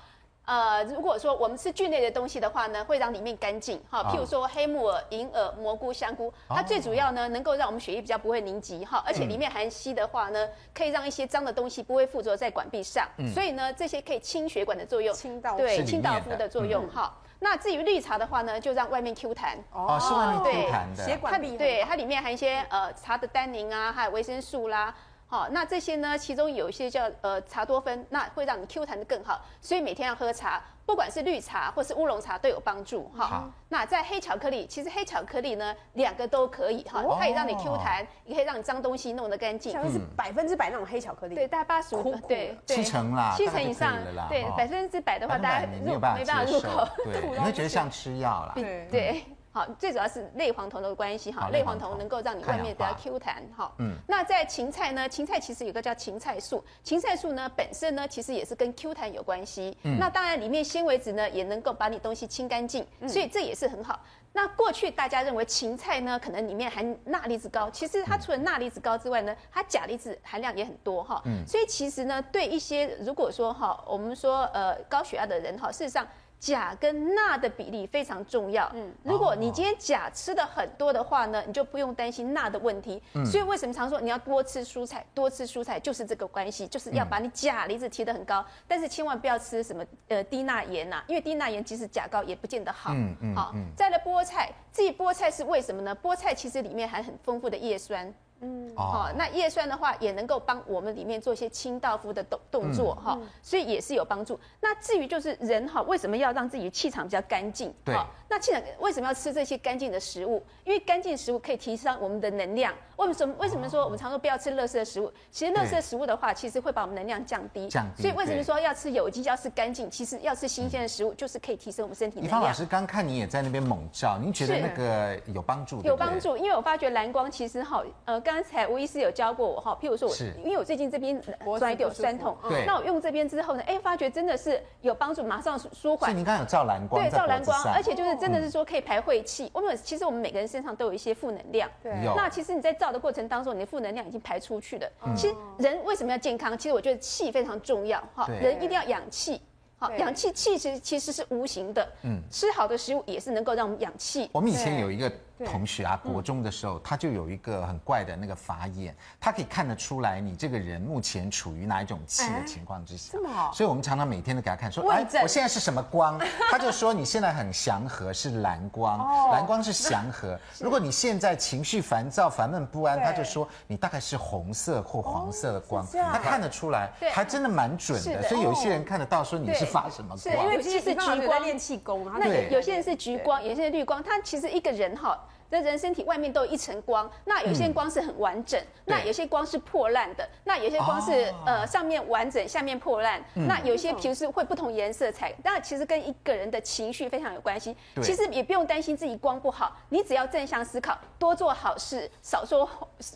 Speaker 9: 呃，如果说我们吃菌类的东西的话呢，会让里面干净哈，譬如说黑木耳、银耳、蘑菇、香菇，它最主要呢能够让我们血液比较不会凝集哈，而且里面含硒的话呢，可以让一些脏的东西不会附着在管壁上，所以呢这些可以清血管的作用，
Speaker 2: 清道夫
Speaker 1: 是里
Speaker 9: 对
Speaker 1: 面
Speaker 9: 清道夫
Speaker 1: 的
Speaker 9: 的作用哈。那至于绿茶的话呢，就让外面 Q 弹
Speaker 1: 哦，是外面 Q 弹的，
Speaker 2: 血
Speaker 9: 它
Speaker 2: 管
Speaker 9: 里对它里面含一些呃茶的单宁啊，还有维生素啦。好、那这些呢，其中有一些叫呃茶多酚，那会让你 Q 弹的更好，所以每天要喝茶，不管是绿茶或是乌龙茶都有帮助哈。
Speaker 1: 好
Speaker 9: 那在黑巧克力，其实黑巧克力呢，两个都可以哈，它也让你
Speaker 1: 哦
Speaker 9: Q 弹，也可以让你脏东西弄得干净
Speaker 2: 巧。克力是百分之百那种黑巧克力，
Speaker 9: 对，，大概八十
Speaker 2: 苦
Speaker 9: 五
Speaker 2: 苦的
Speaker 9: 对对
Speaker 1: 七成啦
Speaker 9: 七
Speaker 1: 大概
Speaker 9: 成
Speaker 1: 就
Speaker 9: 以上
Speaker 1: 可以了啦，
Speaker 9: 对
Speaker 1: 哦
Speaker 9: 百分之百的话，
Speaker 1: 百分
Speaker 9: 大
Speaker 1: 百
Speaker 9: 家
Speaker 1: 你没
Speaker 9: 入
Speaker 1: 有办
Speaker 9: 没办
Speaker 1: 法
Speaker 9: 法
Speaker 1: 接
Speaker 9: 入
Speaker 1: 受
Speaker 9: 口，， <laughs>
Speaker 1: 对，你会觉得像吃药啦。
Speaker 5: 对
Speaker 9: 对，好，最主要是类黄酮的关系
Speaker 1: 好
Speaker 9: 哈，
Speaker 1: 类
Speaker 9: 类
Speaker 1: 黄
Speaker 9: 黄
Speaker 1: 酮
Speaker 9: 酮能够让你
Speaker 1: 抗
Speaker 9: 外
Speaker 1: 氧
Speaker 9: 面比较
Speaker 1: 化
Speaker 9: Q 弹哈。
Speaker 1: 嗯
Speaker 9: 嗯，那在芹菜呢？芹菜其实有个叫芹菜素，芹菜素呢本身呢其实也是跟 Q 弹有关系。那当然里面纤维质呢也能够把你东西清干净，所以这也是很好。那过去大家认为芹菜呢，可能里面含钠离子高，其实它除了钠离子高之外呢，它钾离子含量也很多哈。所以其实呢，对一些如果说哈，我们说呃高血压的人哈，事实上。钾跟钠的比例非常重要。嗯，如果你今天钾吃的很多的话呢，你就不用担心钠的问题。所以为什么常说你要多吃蔬菜，多吃蔬菜就是这个关系，就是
Speaker 1: 嗯
Speaker 9: 要把你钾离子提得很高，但是千万不要吃什么呃低钠盐呐、因为低钠盐即使钾高也不见得好。
Speaker 1: 嗯
Speaker 9: 嗯
Speaker 1: 嗯
Speaker 9: 嗯。好，再来菠菜，至于菠菜是为什么呢？菠菜其实里面含很丰富的叶酸。
Speaker 1: 嗯，
Speaker 9: 哦
Speaker 1: 哦，，
Speaker 9: 那叶酸的话也能够帮我们里面做一些清道夫的动动作哈、所以也是有帮助。那至于就是人哈，为什么要让自己气场比较干净？
Speaker 1: 对
Speaker 9: 哈那气场为什么要吃这些干净的食物？因为干净的食物可以提升我们的能量。为什么为什么说我们常说不要吃垃圾的食物？其实垃圾
Speaker 1: 对
Speaker 9: 的食物的话，其实会把我们能量降低。
Speaker 1: 降低
Speaker 9: 所以为什
Speaker 1: 对
Speaker 9: 么说要吃有机，要吃干净？其实要吃新鲜的食物，就是可以提升我们身体
Speaker 1: 以
Speaker 9: 能
Speaker 1: 芳老
Speaker 9: 量。
Speaker 1: 师刚看你也在那边猛照，您觉得
Speaker 9: 是
Speaker 1: 那个有帮助？对
Speaker 9: 有
Speaker 1: 不对
Speaker 9: 帮。助，因为我发觉蓝光其实哈，呃，刚才吴医师有教过我哈，譬如说我
Speaker 1: 是，
Speaker 9: 因为我最近这边
Speaker 5: 脖子
Speaker 9: 酸一点
Speaker 5: 不舒服
Speaker 9: 酸痛
Speaker 1: 对，
Speaker 9: 嗯
Speaker 1: 嗯
Speaker 9: 那我用这边之后呢，哎，发觉真的是有帮助，马上舒舒
Speaker 1: 所以
Speaker 9: 缓
Speaker 1: 您。刚刚有照蓝光，
Speaker 9: 对，照蓝光，而
Speaker 1: 且
Speaker 9: 且就是真的是说可以排晦气。我们其实我们每个人身上都有一些负能量，
Speaker 5: 对
Speaker 1: 有
Speaker 9: 那其实你在照的过程当中，你的负能量已经排出去了。
Speaker 1: 嗯
Speaker 9: 其实人为什么要健康？其实我觉得气非常重要哈，
Speaker 1: 对
Speaker 9: 人一定要养气。好，
Speaker 5: 对
Speaker 9: 养气气其实其实是无形的，
Speaker 1: 嗯
Speaker 9: 吃好的食物也是能够让我们养气。
Speaker 1: 我们以前有一个
Speaker 5: 对
Speaker 1: 同学
Speaker 9: 嗯
Speaker 1: 啊，国中的时候，他就有一个很怪的那个法眼，他可以看得出来你这个人目前处于哪一种气的情况
Speaker 9: 哎
Speaker 1: 之下
Speaker 5: 这么好。
Speaker 1: 所以我们常常每天都给他看，说，
Speaker 5: 问
Speaker 1: 哎，
Speaker 5: 诊
Speaker 1: 我现在是什么
Speaker 9: <laughs>
Speaker 1: 光？他就说你现在很祥和，是蓝
Speaker 9: 哦
Speaker 1: 光，蓝光是祥和。如果你现在情绪烦躁、烦闷不安，
Speaker 7: 对
Speaker 1: 他就说你大概是红色或黄色的
Speaker 9: 哦
Speaker 1: 光
Speaker 5: 是这，样
Speaker 1: 他看得出来
Speaker 9: 对，
Speaker 1: 还真的蛮准
Speaker 9: 是
Speaker 1: 的。
Speaker 9: 的
Speaker 1: 所以有些人看得到说你
Speaker 9: 对
Speaker 1: 是发什么
Speaker 9: 是
Speaker 1: 光
Speaker 9: 因。为
Speaker 5: 尤其
Speaker 9: 其实
Speaker 5: 是
Speaker 9: 橘光
Speaker 5: 橘光练气功，
Speaker 2: 啊
Speaker 9: 那
Speaker 1: 啊对
Speaker 9: 有有些人是橘光，有些人绿光，它其实一个人哈。这人身体外面都有一层光，那有
Speaker 1: 嗯
Speaker 9: 些光是很完整，那有些光是破烂的，那有些光是、
Speaker 1: 哦
Speaker 9: 呃上面完整，下面破烂，
Speaker 1: 嗯
Speaker 9: 那有些皮肤是会不同颜色彩，那其实跟一个人的情绪非常有关系。
Speaker 1: 对
Speaker 9: 其实也不用担心自己光不好，你只要正向思考，多做好事，少说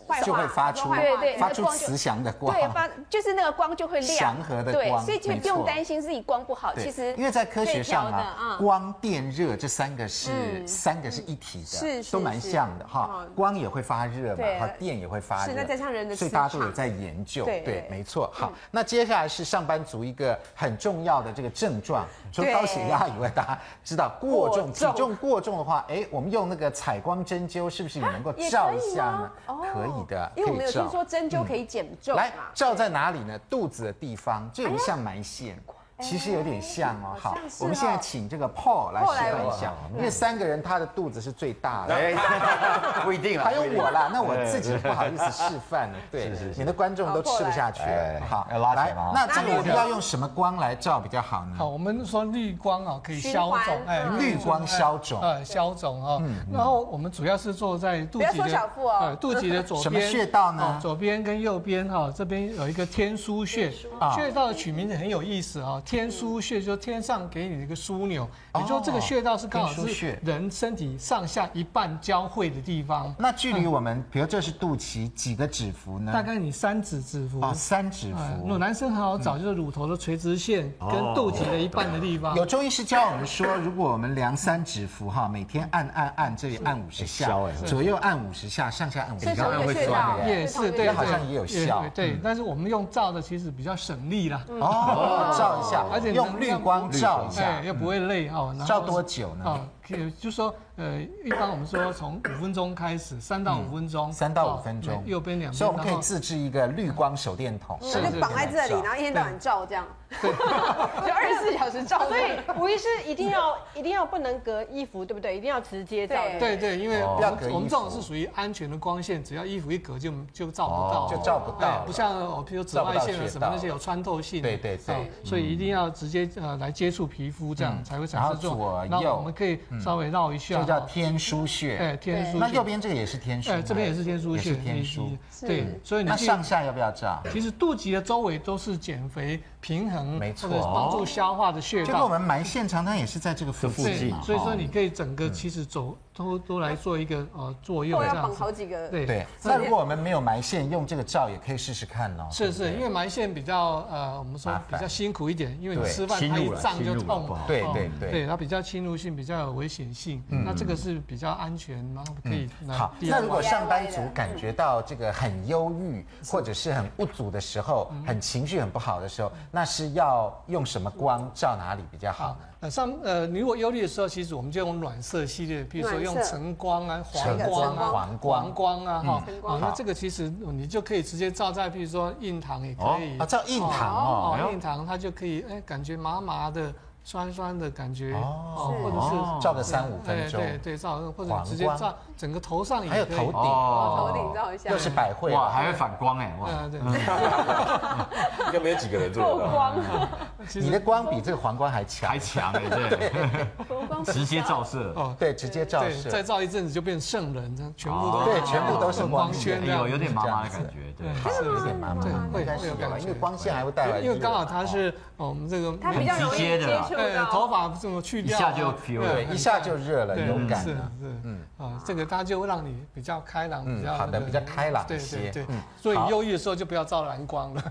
Speaker 5: 坏
Speaker 1: 就会发出
Speaker 9: 对对
Speaker 1: 发出
Speaker 9: 那光就
Speaker 1: 慈祥的光，
Speaker 9: 对发就是那个光就会亮，
Speaker 1: 祥和的
Speaker 9: 对
Speaker 1: 光，
Speaker 9: 所以就
Speaker 1: 没
Speaker 9: 不用
Speaker 1: 错
Speaker 9: 担心自己光不好，
Speaker 1: 对
Speaker 9: 其实
Speaker 1: 因为在科学上
Speaker 5: 可以调的
Speaker 1: 啊
Speaker 5: 啊，
Speaker 1: 光、电、热这三个是三个是一体的，
Speaker 5: 是是
Speaker 1: 都蛮像的哈
Speaker 5: 是哦。
Speaker 1: 光也会发热嘛，
Speaker 5: 对
Speaker 1: 哈，电也会发热，
Speaker 5: 是那加上人的
Speaker 1: 所以
Speaker 5: 磁场
Speaker 1: 大家都有在研究，
Speaker 5: 对
Speaker 1: 对
Speaker 5: 对，嗯
Speaker 1: 没错。好，那接下来是上班族一个很重要的这个症状，除了高血压以外，大家知道过重，体重过重的话，哎，我们用那个采光针灸是不是也能
Speaker 5: 啊
Speaker 1: 够照一下
Speaker 2: 啊
Speaker 1: 呢？可以
Speaker 2: 哦
Speaker 1: 的，
Speaker 5: 哦因为我们有
Speaker 1: 可以
Speaker 5: 听
Speaker 1: 照嗯
Speaker 5: 说针灸可以减重
Speaker 1: 来
Speaker 5: 嘛，
Speaker 1: 照在哪里呢？肚子的地方，这有点像埋线。其实有点像哦，哎好，我们现在请这个 Paul 来示范一下，因为三个人他的肚子是最大的，
Speaker 3: <laughs> 哎，不一定啦，
Speaker 1: 还有
Speaker 3: 不一定
Speaker 1: 我啦，那我自己不好意思示范了，对
Speaker 3: 是是，是
Speaker 1: 你的观众都吃不下去
Speaker 3: 哎，
Speaker 1: 好，
Speaker 3: 要拉起来
Speaker 1: 来
Speaker 3: 吗，
Speaker 1: 那这个我们要用什么光来照比较好呢？
Speaker 4: 好，我们说绿光啊，可以消肿
Speaker 5: 循环，
Speaker 4: 哎，
Speaker 1: 绿光消肿，
Speaker 4: 呃，消肿哈。
Speaker 1: 嗯
Speaker 4: 然后我们主要是做在肚
Speaker 5: 不要
Speaker 4: 脐
Speaker 5: 缩小
Speaker 4: 的
Speaker 5: 腹哦
Speaker 4: 呃肚脐的左
Speaker 1: 什么
Speaker 4: 边
Speaker 1: 穴道呢
Speaker 4: 哦左边跟右边哈，这边有一个天枢穴，
Speaker 1: 啊
Speaker 4: 穴道的取名字很有意思哈。天枢穴就是天上给你的一个枢纽，也就这个穴道是刚好
Speaker 1: 哦天枢穴嗯
Speaker 4: 是人身体上下一半交汇的地方，
Speaker 1: 那距离我们，比如这是肚脐几个指腹呢？
Speaker 4: 大概你三指指腹。
Speaker 1: 啊三指
Speaker 4: 呃如果
Speaker 1: 腹。嗯
Speaker 4: 男生很好找，就是乳头的垂直线跟肚脐的一半的地方。
Speaker 1: 有中医师教我们说，如果我们量三指腹哈，每天按按按，这里按五十下
Speaker 3: 消哎，
Speaker 1: 左右按五十下，上下按五十
Speaker 5: 是
Speaker 1: 下，
Speaker 5: 同一个穴道
Speaker 1: 对不对
Speaker 4: 也是对，
Speaker 1: 这好像
Speaker 4: 对
Speaker 1: 也有效嗯
Speaker 4: 对，但是我们用照的其实比较省力啦，
Speaker 1: 哦，照一下，
Speaker 4: 而且
Speaker 1: 用
Speaker 4: 能
Speaker 1: 绿光照一下
Speaker 4: 哎，，又不会累哦。然后
Speaker 1: 照多久呢
Speaker 4: 哦，可以就说呃，一般我们说从五分钟开始，三到五分钟，
Speaker 1: 嗯三到
Speaker 4: 哦
Speaker 1: 五分钟，
Speaker 4: 右边两边，
Speaker 1: 所以我们可
Speaker 4: 然
Speaker 1: 以
Speaker 4: 后
Speaker 1: 自制一个绿光手电筒，
Speaker 5: 就
Speaker 1: 对
Speaker 5: 绑在这里，然后一天到晚照这样，就二十四小时照。
Speaker 7: 所
Speaker 5: 所
Speaker 7: 以
Speaker 5: 以
Speaker 7: 吴医师一
Speaker 5: 一定要一定要不能隔衣服，对不对？一定要直接
Speaker 7: 照
Speaker 5: 对
Speaker 4: 对对，因为我
Speaker 1: 不要
Speaker 4: 们
Speaker 1: 隔衣
Speaker 4: 我们这种
Speaker 1: 服
Speaker 4: 是属于安全的光线，只要衣服一隔就就照不到，
Speaker 1: 哦就照不到
Speaker 4: 哎
Speaker 1: 了
Speaker 4: 不像哦，譬如紫
Speaker 1: 照不
Speaker 4: 外
Speaker 1: 到
Speaker 4: 线啊
Speaker 1: 穴
Speaker 4: 什么那
Speaker 1: 道
Speaker 4: 些有穿透性，
Speaker 1: 对对对嗯
Speaker 4: 哦所以一定要直接呃来接触皮肤，这样才会产
Speaker 1: 然后
Speaker 4: 生这种。
Speaker 1: 左
Speaker 4: 那
Speaker 1: 右
Speaker 4: 我们可以稍微绕一下
Speaker 1: 这
Speaker 4: 哈，
Speaker 1: 叫天枢
Speaker 4: 哎
Speaker 1: 穴。
Speaker 4: 天枢穴。
Speaker 1: 那右边这个也是天枢
Speaker 4: 哎，
Speaker 1: 吗，
Speaker 4: 这边也是天枢
Speaker 1: 也
Speaker 4: 穴，
Speaker 1: 是天枢。
Speaker 4: 对，所以你
Speaker 1: 那
Speaker 4: 去
Speaker 1: 上下要不要照？
Speaker 4: 其实肚脐的周围都是减肥、平衡，
Speaker 1: 没错
Speaker 4: 或者是帮助消化的穴
Speaker 1: 就跟我
Speaker 4: 道。
Speaker 1: 们埋线常常也是在这个附
Speaker 3: 附
Speaker 1: 近
Speaker 3: 近
Speaker 1: 嘛，
Speaker 4: 所以说
Speaker 1: 哈
Speaker 4: 你可以整个其实走都都来做一个呃作用
Speaker 5: 后
Speaker 4: 这
Speaker 5: 要
Speaker 4: 样
Speaker 5: 绑好
Speaker 4: 子。
Speaker 5: 几个。
Speaker 4: 对
Speaker 1: 哦对。那如果我们没有埋线，用这个照也可以试试看哦。
Speaker 4: 是是，因为埋线比较呃，我们说
Speaker 1: 麻烦
Speaker 4: 比较辛苦一点，因为你
Speaker 1: 对
Speaker 4: 吃饭
Speaker 3: 侵
Speaker 4: 它一
Speaker 3: 入了
Speaker 4: 胀
Speaker 3: 侵
Speaker 4: 就
Speaker 3: 入了
Speaker 4: 痛
Speaker 3: 不好，
Speaker 1: 对
Speaker 4: 哦
Speaker 1: 对对
Speaker 4: 对，它比较侵入性，比较有危险性，那这个是比较安全，然后可以拿
Speaker 1: 嗯好，
Speaker 4: 第
Speaker 1: 那
Speaker 4: 二
Speaker 1: 如果上班族感觉到这个很忧郁，或者是很不足的时候，
Speaker 4: 嗯
Speaker 1: 很情绪很不好的时候，那是要用什么光照哪里比较好
Speaker 4: 啊
Speaker 1: 呢？，
Speaker 4: 呃上呃，你如果忧虑的时候，其实我们就用暖色系列，比如说
Speaker 5: 暖色
Speaker 4: 用橙光啊、
Speaker 1: 橙
Speaker 4: 黄光啊、
Speaker 1: 光黄光嗯
Speaker 4: 黄光啊，哈
Speaker 5: 橙，光
Speaker 4: 啊，那
Speaker 1: 好
Speaker 4: 这个其实你就可以直接照在，比如说印堂也可以
Speaker 1: 哦，啊，照印堂哦，
Speaker 4: 哎哦，印堂它就可以哎，感觉麻麻的。酸酸的感觉，
Speaker 1: 哦
Speaker 4: 哦，或者是
Speaker 1: 照个三五分
Speaker 4: 对
Speaker 1: 钟，
Speaker 4: 对对，照或者
Speaker 1: 膀
Speaker 4: 直接
Speaker 1: 胱
Speaker 4: 照整个头上也
Speaker 1: 还有
Speaker 4: 可以
Speaker 1: 头顶，
Speaker 2: 头
Speaker 3: 哦
Speaker 2: 顶照一下
Speaker 1: 又。是百啊惠
Speaker 3: 哇，
Speaker 1: 了，
Speaker 3: 还会反光哎，哇，
Speaker 4: 哦嗯，对，
Speaker 6: 应该没有几个人做得到。
Speaker 4: 其
Speaker 1: 你
Speaker 4: 实
Speaker 1: 的光比这个皇冠还强
Speaker 3: 还，强哎，
Speaker 4: <laughs>
Speaker 3: 对，直接照射。
Speaker 4: 哦，
Speaker 1: 对，直接照
Speaker 4: 对，再
Speaker 1: 射，
Speaker 4: 照一阵子就变圣人，这样全部都
Speaker 1: 哦对全部都是光
Speaker 4: 啊光
Speaker 1: 线
Speaker 4: 圈
Speaker 3: 哎
Speaker 4: 这样嗯
Speaker 3: 呦，有点麻麻的感觉，对，
Speaker 1: 是有点麻
Speaker 4: 对
Speaker 1: 麻，
Speaker 4: 会
Speaker 1: 应该
Speaker 4: 会
Speaker 1: 是
Speaker 4: 有
Speaker 1: 有
Speaker 4: 感
Speaker 1: 了，
Speaker 4: 觉
Speaker 1: 因为光线还会带来，
Speaker 4: 因为刚好它是哦我们这个
Speaker 2: 它比较容易
Speaker 3: 很直接
Speaker 2: 接
Speaker 3: 的啦
Speaker 2: 触
Speaker 4: 呃
Speaker 2: 到，
Speaker 4: 头发怎么去掉啊，
Speaker 3: 一下就 feel 了
Speaker 4: 对
Speaker 1: 一下就热了，
Speaker 4: 对
Speaker 1: 有感
Speaker 4: 是
Speaker 1: 了。
Speaker 4: 是，啊，这个它就会让你比较开朗，
Speaker 1: 嗯
Speaker 4: 比较
Speaker 1: 好的
Speaker 4: 那个
Speaker 1: 比较开朗一
Speaker 4: 对
Speaker 1: 些
Speaker 4: 对对
Speaker 1: 嗯，
Speaker 4: 所
Speaker 1: 好
Speaker 4: 以忧郁的时候就不要照蓝光了。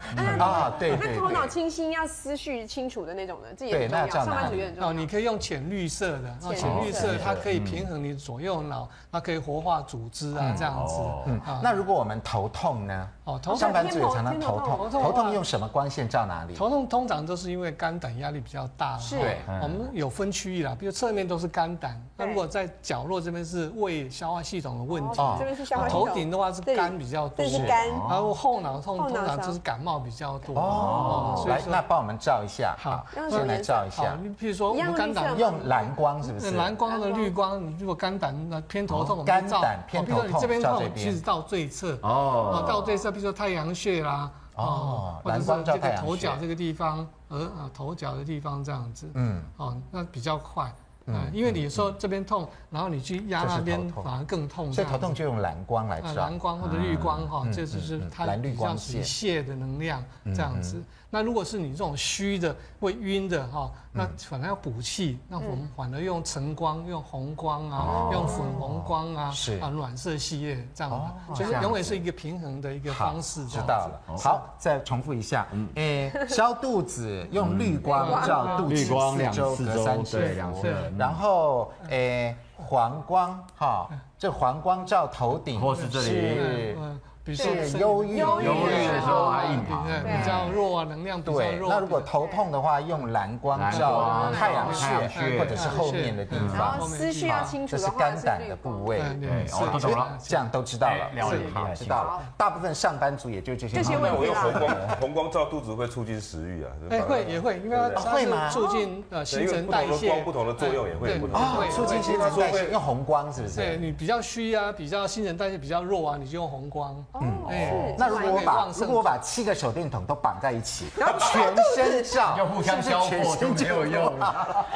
Speaker 1: 啊，对对
Speaker 2: 那头脑
Speaker 1: 对，
Speaker 2: 清新要思绪清楚的那种的，这也
Speaker 1: 对
Speaker 2: 很重要。
Speaker 1: 那这样
Speaker 2: 上班
Speaker 1: 哪
Speaker 2: 族
Speaker 1: 里
Speaker 2: 也很重要。
Speaker 4: 哦，你可以用浅绿色的，那
Speaker 2: 浅
Speaker 4: 浅
Speaker 2: 绿
Speaker 4: 绿
Speaker 2: 色
Speaker 4: 色它可以平衡你左右脑，它可以活化组织啊，这样子。啊
Speaker 1: 嗯，那如果我们头痛呢？
Speaker 4: 哦，头
Speaker 1: 上
Speaker 4: 痛
Speaker 1: 班族也常常
Speaker 2: 偏
Speaker 1: 头
Speaker 2: 头
Speaker 1: 痛，
Speaker 4: 偏头痛
Speaker 1: 头痛用什么光线照哪里？
Speaker 4: 头痛通常都是因为肝胆压力比较大了，
Speaker 2: 是
Speaker 4: 哦
Speaker 2: 对
Speaker 4: 我
Speaker 1: 嗯
Speaker 4: 们有分区域啦，比如侧面都是肝胆，那
Speaker 2: 对
Speaker 4: 如果在角落这边是胃消化系统的问题，
Speaker 2: 哦这边是消化系统
Speaker 4: 头顶的话是肝比较多，
Speaker 2: 这是肝
Speaker 4: 然后后脑痛
Speaker 2: 后脑
Speaker 4: 通
Speaker 2: 勺
Speaker 4: 常就是感冒比较多，
Speaker 1: 哦，
Speaker 4: 所以
Speaker 1: 来，
Speaker 4: 说
Speaker 1: 那帮我们照一下，
Speaker 4: 好
Speaker 2: 用什么
Speaker 1: 先来照一
Speaker 4: 好
Speaker 1: 下，，
Speaker 4: 你譬如说我
Speaker 2: 一样
Speaker 4: 们肝胆
Speaker 2: 绿色
Speaker 1: 用蓝光是不是？
Speaker 4: 蓝光的绿光，你如果肝胆那偏头
Speaker 1: 哦
Speaker 4: 痛，我们就
Speaker 1: 肝
Speaker 4: 照
Speaker 1: 胆偏头痛
Speaker 4: 哦比如说你这边
Speaker 1: 照这
Speaker 4: 痛，
Speaker 1: 边
Speaker 4: 其实到最侧
Speaker 3: 哦
Speaker 4: 哦，到最侧，比如说太阳穴啦，
Speaker 1: 哦
Speaker 4: 或者
Speaker 1: 蓝光
Speaker 4: 是
Speaker 1: 照
Speaker 4: 这
Speaker 1: 太
Speaker 4: 个
Speaker 1: 阳穴
Speaker 4: 头角这个地方，额啊头角的地方这样子，
Speaker 1: 嗯，
Speaker 4: 哦，那比较快。嗯，因为你说这边痛，然后你去压那
Speaker 1: 这是
Speaker 4: 边
Speaker 1: 头痛
Speaker 4: 反而更痛，
Speaker 1: 所以头痛就用蓝光来
Speaker 4: 嗯啊，
Speaker 1: 照
Speaker 4: 蓝。光或者绿光哈，这就是它
Speaker 1: 蓝绿
Speaker 4: 比较
Speaker 1: 光
Speaker 4: 属于泻的能量这样子。那如果是你这种虚的会晕的哈，那反而要补气，那我
Speaker 1: 嗯
Speaker 4: 们反而用橙光、用红光啊，用粉红光啊
Speaker 1: 是，
Speaker 4: 啊暖色系列这样啊，
Speaker 1: 哦
Speaker 4: 所以
Speaker 1: 这样
Speaker 4: 永远
Speaker 1: 子
Speaker 4: 是一个平衡的一个方式。
Speaker 1: 知道了。好，再重复一下，诶，消肚子用绿光照肚
Speaker 3: 嗯绿光
Speaker 1: 脐四
Speaker 3: 两
Speaker 1: 周
Speaker 3: 四
Speaker 1: 隔
Speaker 3: 周
Speaker 1: 三十秒
Speaker 3: 对两侧
Speaker 4: 对
Speaker 3: 嗯
Speaker 1: 然后诶，黄光哈，这黄光照头顶，
Speaker 3: 或是这里
Speaker 1: 是
Speaker 4: 嗯，比如说
Speaker 1: 是
Speaker 4: 身
Speaker 1: 忧郁
Speaker 2: 忧郁
Speaker 3: 忧郁的
Speaker 1: 啊
Speaker 3: 时候还硬
Speaker 4: 比
Speaker 3: 爬，
Speaker 4: 对比较弱啊，能量比较
Speaker 1: 对，
Speaker 4: 弱。
Speaker 1: 那如果头痛的话，用蓝光照
Speaker 3: 蓝光
Speaker 1: 太阳
Speaker 3: 太阳
Speaker 1: 穴
Speaker 3: 穴
Speaker 1: 或者是后面的地
Speaker 2: 然
Speaker 1: 方啊
Speaker 2: 后，思绪要清楚
Speaker 1: 这
Speaker 2: 的
Speaker 1: 是
Speaker 2: 话
Speaker 1: 肝
Speaker 2: 嗯是
Speaker 1: 胆
Speaker 2: 绿
Speaker 1: 的
Speaker 2: 光
Speaker 1: 部位。
Speaker 4: 嗯
Speaker 3: 对
Speaker 4: 是
Speaker 3: 哦，懂了
Speaker 1: 这样都知道了，
Speaker 3: 哎了解
Speaker 1: 是好
Speaker 3: 了解
Speaker 1: 知道了。大部分上班族也就这些
Speaker 2: 这
Speaker 1: 毛
Speaker 2: 些
Speaker 1: 病，
Speaker 2: 问
Speaker 6: 那我
Speaker 2: 题啦
Speaker 6: 用红光红光照肚子会促进食欲啊？
Speaker 4: 哎，会也会，因为它
Speaker 6: 对不
Speaker 1: 对
Speaker 4: 它
Speaker 1: 会吗
Speaker 4: 是促进呃
Speaker 6: 对
Speaker 4: 新
Speaker 6: 因为
Speaker 4: 陈
Speaker 6: 不同
Speaker 4: 代
Speaker 6: 的
Speaker 4: 谢，哎
Speaker 6: 光不同的作用也会有
Speaker 4: 对
Speaker 6: 不同的
Speaker 1: 哦
Speaker 4: 会，
Speaker 1: 促进新陈代谢，用红光是不
Speaker 4: 对
Speaker 1: 是？
Speaker 4: 你比较虚啊，比较新陈代谢比较弱啊，你就用红光。
Speaker 2: 哦，
Speaker 4: 哎
Speaker 1: 那如果我
Speaker 4: 这样可以
Speaker 1: 把
Speaker 4: 旺盛
Speaker 1: 如果我把七个手电筒都绑在一起，全身照，
Speaker 3: 要互相
Speaker 1: 是
Speaker 3: 消
Speaker 1: 不是全
Speaker 3: 火都
Speaker 1: 身
Speaker 3: 没有用。
Speaker 6: 然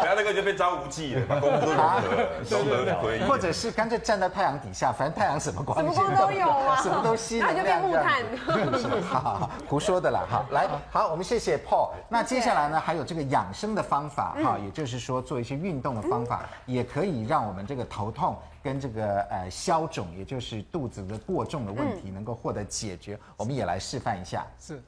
Speaker 6: 后那个就被张无忌了，把功夫都
Speaker 4: <laughs>
Speaker 6: 融合了，融合了可以。
Speaker 1: 或者是干脆站在太阳底下，反正太阳什么光
Speaker 2: 什么
Speaker 1: 线
Speaker 2: 光都有啊
Speaker 1: <laughs> 什么都吸能量这样子， <laughs> 是吧好好好胡说的啦。好，来，好，我们谢嗯谢嗯 Paul。那接下来呢，还有这个养生的方法哈，也就是说做一些运动的方法，也可以让我们这个头痛跟这个呃消肿，也就是肚子的过重的问题能够获得解决。我们也来示范一下。
Speaker 4: 是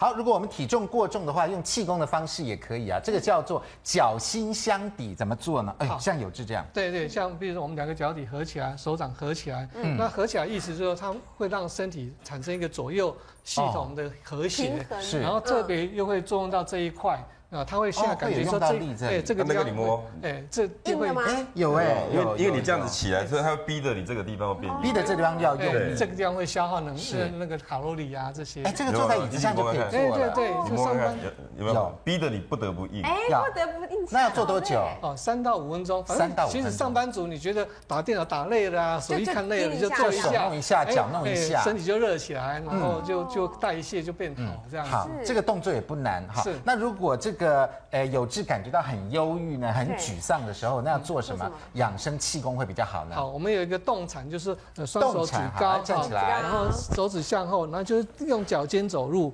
Speaker 1: 好，如果我们体重过重的话，用气功的方式也可以啊，这个叫做脚心相抵，怎么做呢？哎呦，
Speaker 4: 好
Speaker 1: 像有志这样。
Speaker 4: 对对，像比如说我们两个脚底合起来，手掌合起来，那合起来意思就是说它会让身体产生一个左右系统的和谐，
Speaker 2: <laughs> 平衡
Speaker 1: 是
Speaker 4: 然后特别又会作用到这一块。啊，它会
Speaker 1: 哦
Speaker 4: 下感
Speaker 1: 会有
Speaker 4: 觉
Speaker 1: 用
Speaker 4: 说
Speaker 1: 到
Speaker 4: 这
Speaker 1: 力，在
Speaker 4: 哎，
Speaker 1: 里
Speaker 4: 这个
Speaker 6: 那那个你摸，
Speaker 4: 哎，这就
Speaker 2: 硬
Speaker 4: 会
Speaker 2: 的吗？
Speaker 1: 哎，有哎，
Speaker 6: 因
Speaker 1: 有
Speaker 6: 为因为
Speaker 1: 有
Speaker 6: 你这样子
Speaker 1: 有
Speaker 6: 起来，所以它会逼着你这个地方会变硬
Speaker 1: 逼的这地方要用
Speaker 4: 哎，
Speaker 1: 力
Speaker 4: 这。个地方会消耗能
Speaker 1: 是
Speaker 4: 那个卡路里啊这些
Speaker 1: 哎，。这个坐在椅子上就可以
Speaker 4: 对
Speaker 1: 做
Speaker 4: 对
Speaker 1: 哦了。
Speaker 4: 对，
Speaker 6: 你
Speaker 4: 就
Speaker 6: 摸
Speaker 4: 上
Speaker 6: 看
Speaker 4: 班
Speaker 6: 看有有没有
Speaker 1: 有
Speaker 6: 逼得你不得不硬？
Speaker 2: 哎，
Speaker 1: 要
Speaker 2: 不得不硬起来
Speaker 1: 那要做多久？
Speaker 4: 哦，三到五分钟，反
Speaker 1: 三到五分
Speaker 4: 正其
Speaker 1: 钟
Speaker 4: 实上班族你觉得打电脑打累了啊，手机
Speaker 2: 就
Speaker 4: 看累了，你就
Speaker 2: 就
Speaker 4: 坐
Speaker 2: 就
Speaker 4: 一
Speaker 2: 手
Speaker 4: 下，
Speaker 1: 弄一下
Speaker 4: 哎
Speaker 1: 脚弄一
Speaker 4: 哎
Speaker 1: 下嗯
Speaker 4: 身体就热起来，然后就就代谢就变好这样
Speaker 1: 好
Speaker 4: 子。，
Speaker 1: 这个动作也不难哈
Speaker 4: 是。
Speaker 1: 那如果这个呃有志感觉到很忧郁呢，很
Speaker 2: 对
Speaker 1: 沮丧的时候，那要做什么
Speaker 2: 做什么
Speaker 1: 养生气功会比较好呢？
Speaker 4: 好，我们有一个动禅，就是呃双手
Speaker 1: 动
Speaker 4: 举
Speaker 1: 禅好
Speaker 4: 高
Speaker 1: 来，站起来
Speaker 4: 然后手指向后，然后就是用脚尖走路。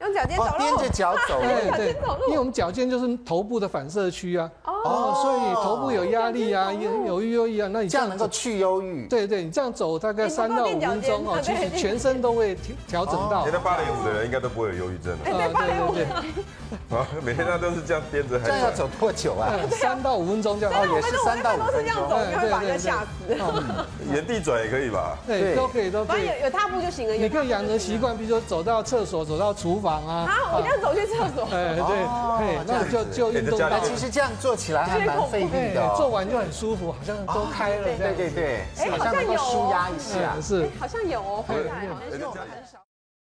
Speaker 2: 用脚尖走
Speaker 1: 哦，踮着
Speaker 2: 路，
Speaker 1: 脚
Speaker 2: <laughs>
Speaker 1: 走路。
Speaker 4: 对对，因为我们脚尖就是头部的反射区啊，哦，所以头部有压力啊，有有忧郁啊，那你
Speaker 1: 这
Speaker 4: 这
Speaker 1: 样
Speaker 4: 样
Speaker 1: 能
Speaker 4: 子
Speaker 1: 够去忧郁。
Speaker 4: 对对，你这样走大概
Speaker 2: 你不
Speaker 4: 三
Speaker 2: 够
Speaker 4: 到
Speaker 2: 练
Speaker 4: 五
Speaker 2: 脚
Speaker 4: 分
Speaker 2: 尖
Speaker 4: 钟
Speaker 2: 啊
Speaker 4: 哦，其
Speaker 2: 对
Speaker 4: 实
Speaker 2: 对
Speaker 4: 全身都会调调整到
Speaker 6: 现。在芭蕾舞的人应该都不会有忧郁症了
Speaker 4: 啊，对对对。
Speaker 6: 啊！ <laughs> 每天他都是这样颠着，还
Speaker 1: 这样要走多久啊？
Speaker 4: 呃三到五分钟这样。
Speaker 1: 哦，也是三到五
Speaker 2: 都是
Speaker 1: 分
Speaker 2: 这
Speaker 1: 钟。
Speaker 2: 样走，你会把人家
Speaker 4: 对对对
Speaker 2: 吓死。
Speaker 6: 原地转也可以吧？
Speaker 1: 对
Speaker 4: 对，都可以，都
Speaker 2: 反
Speaker 4: 可
Speaker 2: 正
Speaker 4: 以。
Speaker 2: 有有踏步就行了。
Speaker 4: 你可以养成
Speaker 2: 的
Speaker 4: 习。惯，比如说走到厕所，走到厨房啊。
Speaker 2: 啊，我这样走去厕所，
Speaker 4: 哎，对，哎，那就就运动
Speaker 6: 哎在家
Speaker 4: 到
Speaker 1: 那
Speaker 6: 里，
Speaker 1: 其实这样做起来还蛮费力的
Speaker 4: 哎，做
Speaker 1: 哦。
Speaker 4: 完就很舒服，好像都开了这
Speaker 1: 对
Speaker 4: 样。
Speaker 1: 对对，
Speaker 2: 哎
Speaker 1: 好像能
Speaker 2: 好像
Speaker 1: 够
Speaker 2: 有哦
Speaker 1: 舒压一下
Speaker 4: 嗯，。是
Speaker 2: 好像有哦，回来好像
Speaker 6: 哎
Speaker 2: 是
Speaker 6: 在
Speaker 2: 我
Speaker 6: 家
Speaker 2: 们
Speaker 6: 里
Speaker 2: 很少。